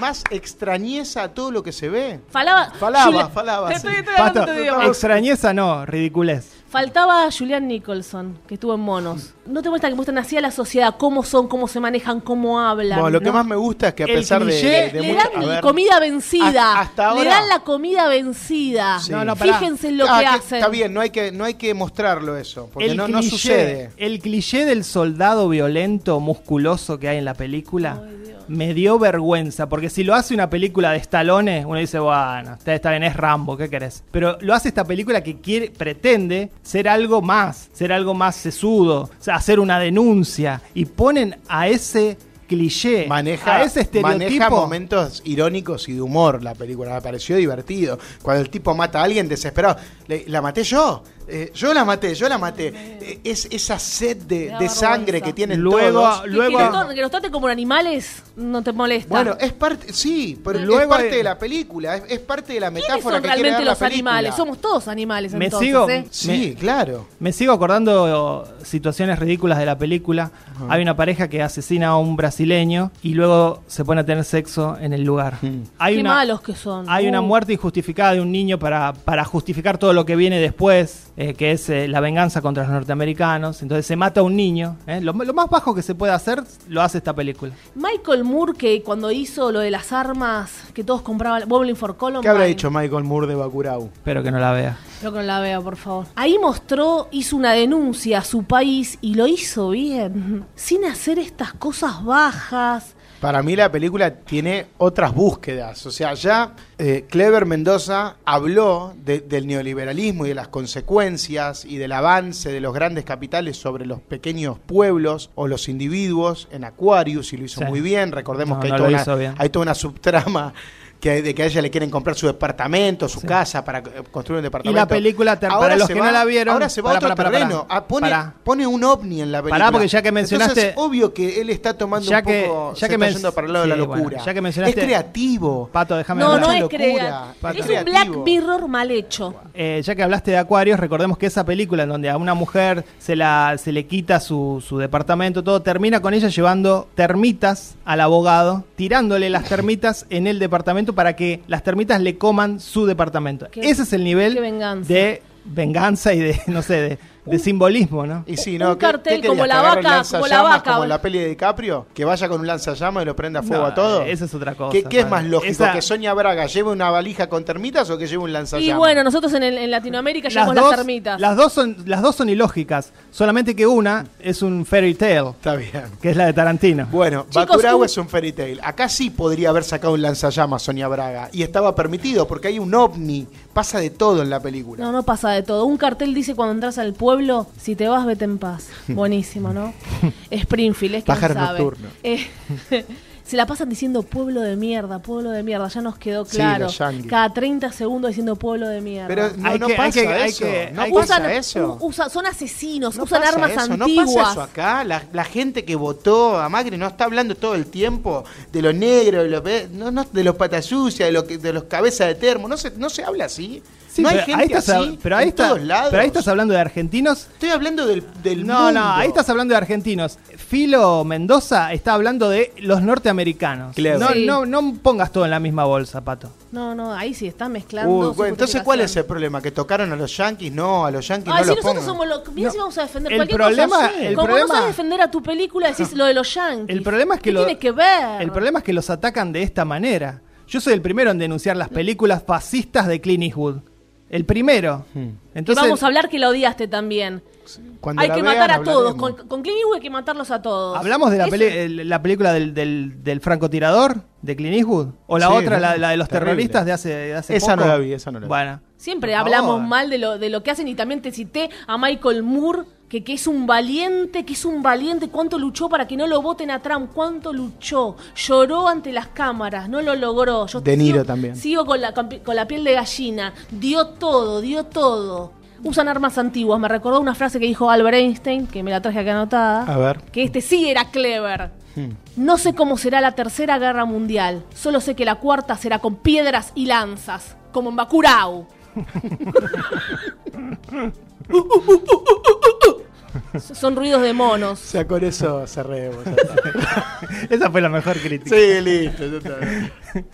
S1: más extrañeza a todo lo que se ve.
S4: Falaba,
S1: Falaba,
S4: Juli-
S1: falaba,
S4: Te
S1: sí.
S4: estoy- estoy hablando
S3: Pato,
S4: tu idioma.
S3: extrañeza no, ridiculez.
S4: Faltaba Julian Nicholson, que estuvo en Monos. ¿No te muestra que muestran así a la sociedad cómo son, cómo se manejan, cómo hablan?
S1: Bueno, lo que
S4: ¿no?
S1: más me gusta es que a
S3: El
S1: pesar de,
S3: cliché-
S1: de, de
S4: Le
S1: mucha-
S4: dan
S1: a ver.
S4: comida vencida.
S1: Hasta- hasta
S4: Le
S1: ahora-
S4: dan la comida vencida.
S1: Sí. No, no,
S3: pará.
S4: Fíjense en lo
S1: Ah,
S4: que
S1: que-
S4: hacen.
S1: Está bien, no hay que, no hay que mostrarlo eso, porque
S3: el
S1: no,
S3: cliché,
S1: no sucede.
S3: El cliché del soldado violento, musculoso que hay en la película, me dio vergüenza, porque si lo hace una película de Stallone, uno dice, bueno, está, está bien, es Rambo, ¿qué querés? Pero lo hace esta película que quiere, pretende ser algo más, ser algo más sesudo, o sea, hacer una denuncia, y ponen a ese cliché,
S1: Maneja,
S3: Eh, a ese estereotipo.
S1: maneja momentos irónicos y de humor la película. Me pareció divertido. Cuando el tipo mata a alguien desesperado. "Le- la maté yo. Eh, yo la maté, yo la maté. Eh, es esa sed
S4: Me
S1: de,
S4: da
S1: de sangre
S4: vergüenza.
S1: que tienen
S3: Luego-
S1: todos.
S4: Que-
S3: Luego-
S4: que, nos, to- que nos trate como animales no te molesta.
S1: Bueno, es parte, sí, pero
S3: Luego
S1: es parte
S3: hay-
S1: de la película, es, es parte de la
S4: ¿Quiénes
S1: metáfora
S4: son
S1: que quiere
S4: realmente
S1: dar la
S4: los
S1: película.
S4: animales? Somos todos animales
S3: Me
S4: entonces,
S3: sigo-
S4: ¿eh?
S1: Sí, claro.
S3: Me sigo acordando eh, situaciones ridículas de la película. Hay una pareja que asesina a un brasileño y luego se pone a tener sexo en el lugar.
S1: Mm.
S3: Hay
S4: Qué
S3: una,
S4: malos que son.
S3: Hay una
S4: Uh.
S3: muerte injustificada de un niño para, para justificar todo lo que viene después, eh, que es eh, la venganza contra los norteamericanos. Entonces se mata a un niño. ¿eh? Lo, lo más bajo que se puede hacer lo hace esta película.
S4: Michael Moore, que cuando hizo lo de las armas que todos compraban, Bowling for Columbine.
S1: ¿Qué habrá dicho Michael Moore de Bakurau?
S3: Espero que no la vea.
S4: Yo que no la veo, por favor. Ahí mostró, hizo una denuncia a su país y lo hizo bien. Sin hacer estas cosas bajas.
S1: Para mí la película tiene otras búsquedas. O sea, ya eh, Clever Mendoza habló de- del neoliberalismo y de las consecuencias y del avance de los grandes capitales sobre los pequeños pueblos o los individuos en Aquarius y lo hizo
S3: Sí.
S1: muy bien. Recordemos
S3: No,
S1: que hay,
S3: no
S1: toda
S3: lo
S1: una,
S3: hizo bien.
S1: hay toda una subtrama que hay de que a ella le quieren comprar su departamento, su casa para eh, construir un departamento.
S3: película te- para los
S1: se
S3: que no la vieron-
S1: ahora se va
S3: pará,
S1: a otro
S3: pará, pará, pará.
S1: terreno. Ah, pone,
S3: Pará.
S1: pone un ovni en la película.
S3: porque ya que mencionaste-
S1: Entonces, obvio que él está tomando
S3: Ya
S1: un
S3: que-
S1: poco-
S3: ya
S1: se
S3: que
S1: está
S3: men-
S1: yendo para el lado de
S3: sí,
S1: la
S3: bueno,
S1: locura.
S3: ya que mencionaste-
S1: es creativo.
S3: Pato, déjame
S4: No,
S3: hablar.
S4: no
S1: mucha
S4: es
S1: locura,
S4: crear.
S1: Pato.
S4: Es un
S1: Creativo.
S4: Black Mirror mal hecho.
S3: Eh, ya que hablaste de Acuarios, recordemos que esa película en donde a una mujer se, la, se le quita su, su departamento, todo, termina con ella llevando termitas al abogado, tirándole las termitas en el departamento para que las termitas le coman su departamento.
S4: Qué-
S3: Ese es el nivel
S4: qué venganza. Uh.
S3: de venganza y de, no sé, de, de simbolismo, ¿no?
S1: Y sí,
S4: Un
S1: ¿no? ¿Qué-
S4: cartel
S1: qué querías,
S4: como
S1: que
S4: la
S1: agarre el
S4: vaca,
S1: lanzallamas
S4: como la vaca,
S1: Como en la
S4: boludo.
S1: peli de DiCaprio, que vaya con un lanzallamas y lo prenda a fuego
S3: No,
S1: a todo.
S3: esa es otra cosa,
S1: ¿Qué, qué es
S3: padre.
S1: más lógico?
S3: Esa-
S1: ¿Que Sonia Braga lleve una valija con termitas o que lleve un lanzallamas?
S4: Y bueno, nosotros en, el- en Latinoamérica llevamos las termitas.
S3: las dos son, las dos son ilógicas, solamente que una es un fairy tale,
S1: Está bien.
S3: que es la de Tarantino.
S1: Bueno,
S4: Chicos,
S1: Bakurau
S4: un-
S1: es un fairy tale. Acá sí podría haber sacado un lanzallamas Sonia Braga. Y estaba permitido porque hay un ovni. Pasa de todo en la película.
S4: No, no pasa de todo. Un cartel dice cuando entras al pueblo, si te vas, vete en paz. Buenísimo, ¿no? Springfield, es que
S1: Pájaro
S4: no sabe.
S1: nocturno.
S4: Eh, se la pasan diciendo pueblo de mierda, pueblo de mierda. Ya nos quedó
S1: Sí,
S4: claro.
S1: los yanquis.
S4: Cada 30 segundos diciendo pueblo de mierda.
S1: Pero no,
S3: Hay
S1: no
S3: que- hay
S1: pasa
S3: que- hay
S1: eso.
S3: que-
S1: no
S3: hay que-
S1: pasa
S4: usan,
S1: eso.
S4: u- usa- son asesinos,
S1: No
S4: usan
S1: pasa
S4: armas
S1: eso,
S4: antiguas.
S1: No pasa eso acá. La, la gente que votó a Macri no está hablando todo el tiempo de los negros, de los, pe- no, no, de los patas sucias, de, lo que- de los cabezas de termo. No se, no se habla así.
S3: Sí,
S1: no hay
S3: pero ahí
S1: gente
S3: estás
S1: así
S3: hab- pero ahí
S1: en
S3: está-
S1: todos lados.
S3: pero ahí estás hablando de argentinos
S1: Estoy hablando del, del
S3: no,
S1: mundo.
S3: no, ahí estás hablando de argentinos. Filo Mendoza está hablando de los norteamericanos.
S1: Claro.
S3: No,
S4: Sí.
S3: no, no pongas todo en la misma bolsa, pato.
S4: No, no, ahí sí están mezclando.
S1: Uy,
S4: su
S1: bueno, entonces, ¿cuál es
S4: justificación.
S1: el problema? ¿Que tocaron a los yanquis? No, a los yanquis
S4: Ay,
S1: no
S4: si
S1: los
S4: nosotros
S1: pongan.
S4: somos los. Mira si vamos a defender
S3: El
S4: cualquier
S3: problema-
S4: cosa.
S3: el
S4: Como
S3: problema-
S4: no sabes defender a tu película, decís lo de los yankees.
S3: El problema es que
S4: ¿Qué
S3: lo-
S4: tiene que ver?
S3: El problema es que los atacan de esta manera. Yo soy el primero en denunciar las películas fascistas de Clint Eastwood. El primero.
S1: Hmm.
S4: Que
S3: Entonces,
S4: vamos a hablar que la odiaste también.
S1: Cuando
S4: Hay
S1: la
S4: que
S1: vean,
S4: matar a todos.
S1: hablaremos.
S4: Con, con Clint Eastwood hay que matarlos a todos.
S3: hablamos de la,
S4: Ese-
S3: peli- el- la película del, del- del francotirador de Clint Eastwood. O la
S1: Sí,
S3: otra,
S1: ¿no?
S3: la, la de los
S1: Terrible.
S3: terroristas de hace, de hace
S1: Esa no
S3: poco.
S1: la vi, esa no la vi.
S3: Bueno.
S4: Siempre
S3: Por
S4: hablamos
S3: favor.
S4: mal de lo, de lo que hacen y también te cité a Michael Moore, que, que es un valiente, que es un valiente, cuánto luchó para que no lo voten a Trump, cuánto luchó, lloró ante las cámaras, no lo logró. Yo
S1: De Niro también.
S4: Sigo con la, con, pi- con la piel de gallina, dio todo, dio todo. Usan armas antiguas, me recordó una frase que dijo Albert Einstein, que me la traje acá anotada.
S1: A ver.
S4: Que este sí era clever. No sé cómo será la tercera guerra mundial, solo sé que la cuarta será con piedras y lanzas, como en Bakurau. Son ruidos de
S1: O
S4: monos.
S1: sea, con eso cerremos. ya está.
S3: Esa fue la mejor crítica.
S1: sí, listo. ya está.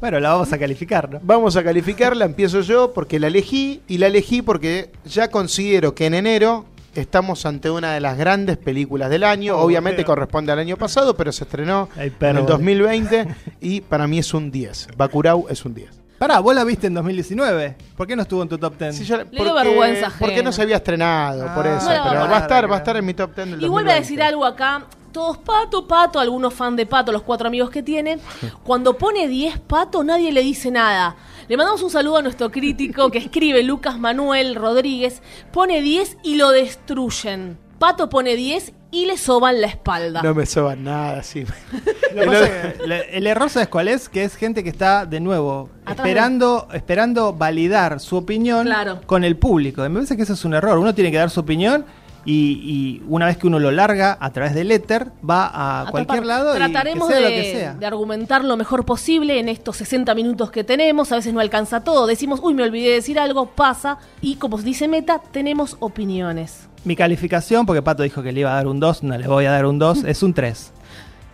S3: Bueno, la vamos a calificar, ¿no?
S1: Vamos a calificarla, empiezo yo porque la elegí y la elegí porque ya considero que en enero estamos ante una de las grandes películas del año.
S3: Oh,
S1: Obviamente
S3: Mateo.
S1: corresponde al año pasado, pero se estrenó
S3: Ay,
S1: en
S3: perro,
S1: el
S3: vale.
S1: 2020 y para mí es un 10. Bakurau es un 10.
S3: Pará, vos la viste en 2019. ¿Por qué no estuvo en tu top 10?
S1: Sí, yo-
S4: dio vergüenza
S1: porque
S4: ajena.
S1: no se había estrenado, por
S3: Ah.
S1: eso.
S3: No,
S1: pero
S4: no,
S1: va a
S3: no,
S1: estar,
S3: no.
S1: va a estar en mi top 10 del
S4: Y vuelve a
S1: 2020.
S4: decir algo acá todos pato, pato, algunos fan de pato, los cuatro amigos que tiene. Cuando pone 10 pato, nadie le dice nada. Le mandamos un saludo a nuestro crítico que escribe, Lucas Manuel Rodríguez. Pone 10 y lo destruyen. Pato pone 10 y le soban la espalda.
S1: No me soban nada, sí.
S3: Lo que pasa es que le- el error, ¿sabes cuál es? Que es gente que está, de nuevo,
S4: Atrás de-
S3: esperando, esperando validar su opinión
S4: Claro.
S3: con el público. Y Me parece que eso es un error. Uno tiene que dar su opinión y, y una vez que uno lo larga a través del éter, va a,
S4: A
S3: cualquier
S4: topar.
S3: lado
S4: Trataremos
S3: y que sea
S4: de,
S3: lo que sea.
S4: de argumentar lo mejor posible en estos 60 minutos que tenemos. A veces no alcanza todo. Decimos, uy, me olvidé de decir algo, pasa. Y como dice Meta, tenemos opiniones.
S3: Mi calificación, porque Pato dijo que le iba a dar un 2, no le voy a dar un 2, es un 3.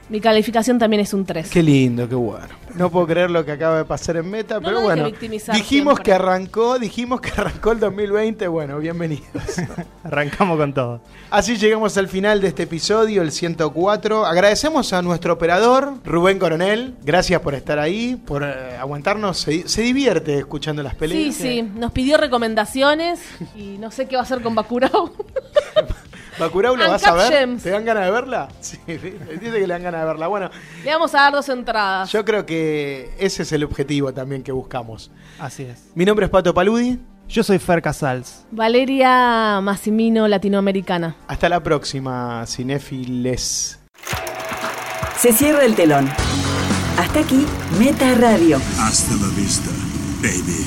S4: Mi calificación también es un 3.
S1: Qué lindo, qué bueno. No puedo creer lo que acaba de pasar en Meta,
S4: No
S1: pero
S4: nos deje
S1: bueno.
S4: victimizar
S1: Dijimos
S4: siempre.
S1: que arrancó, dijimos que arrancó el 2020. Bueno, bienvenidos.
S3: Arrancamos con todo.
S1: Así llegamos al final de este episodio, el 104. Agradecemos a nuestro operador, Rubén Coronel. Gracias por estar ahí, por eh, aguantarnos. Se, se divierte escuchando las eh.
S4: Sí,
S1: peleas.
S4: sí, nos pidió recomendaciones y no sé qué va a hacer con Bacurau.
S1: Bacurau, ¿la vas
S4: Uncut
S1: a ver?
S4: Gems.
S1: ¿Te dan ganas de verla? Sí, dice que le dan ganas de verla. Bueno,
S4: Le vamos a dar dos entradas.
S1: yo creo que ese es el objetivo también que buscamos.
S3: Así es.
S1: Mi nombre es Pato Paludi.
S3: Yo soy Fer Casals.
S4: Valeria Massimino, latinoamericana.
S1: Hasta la próxima, cinéfiles.
S2: Se cierra el telón. Hasta aquí, Meta Radio.
S5: Hasta la vista, baby.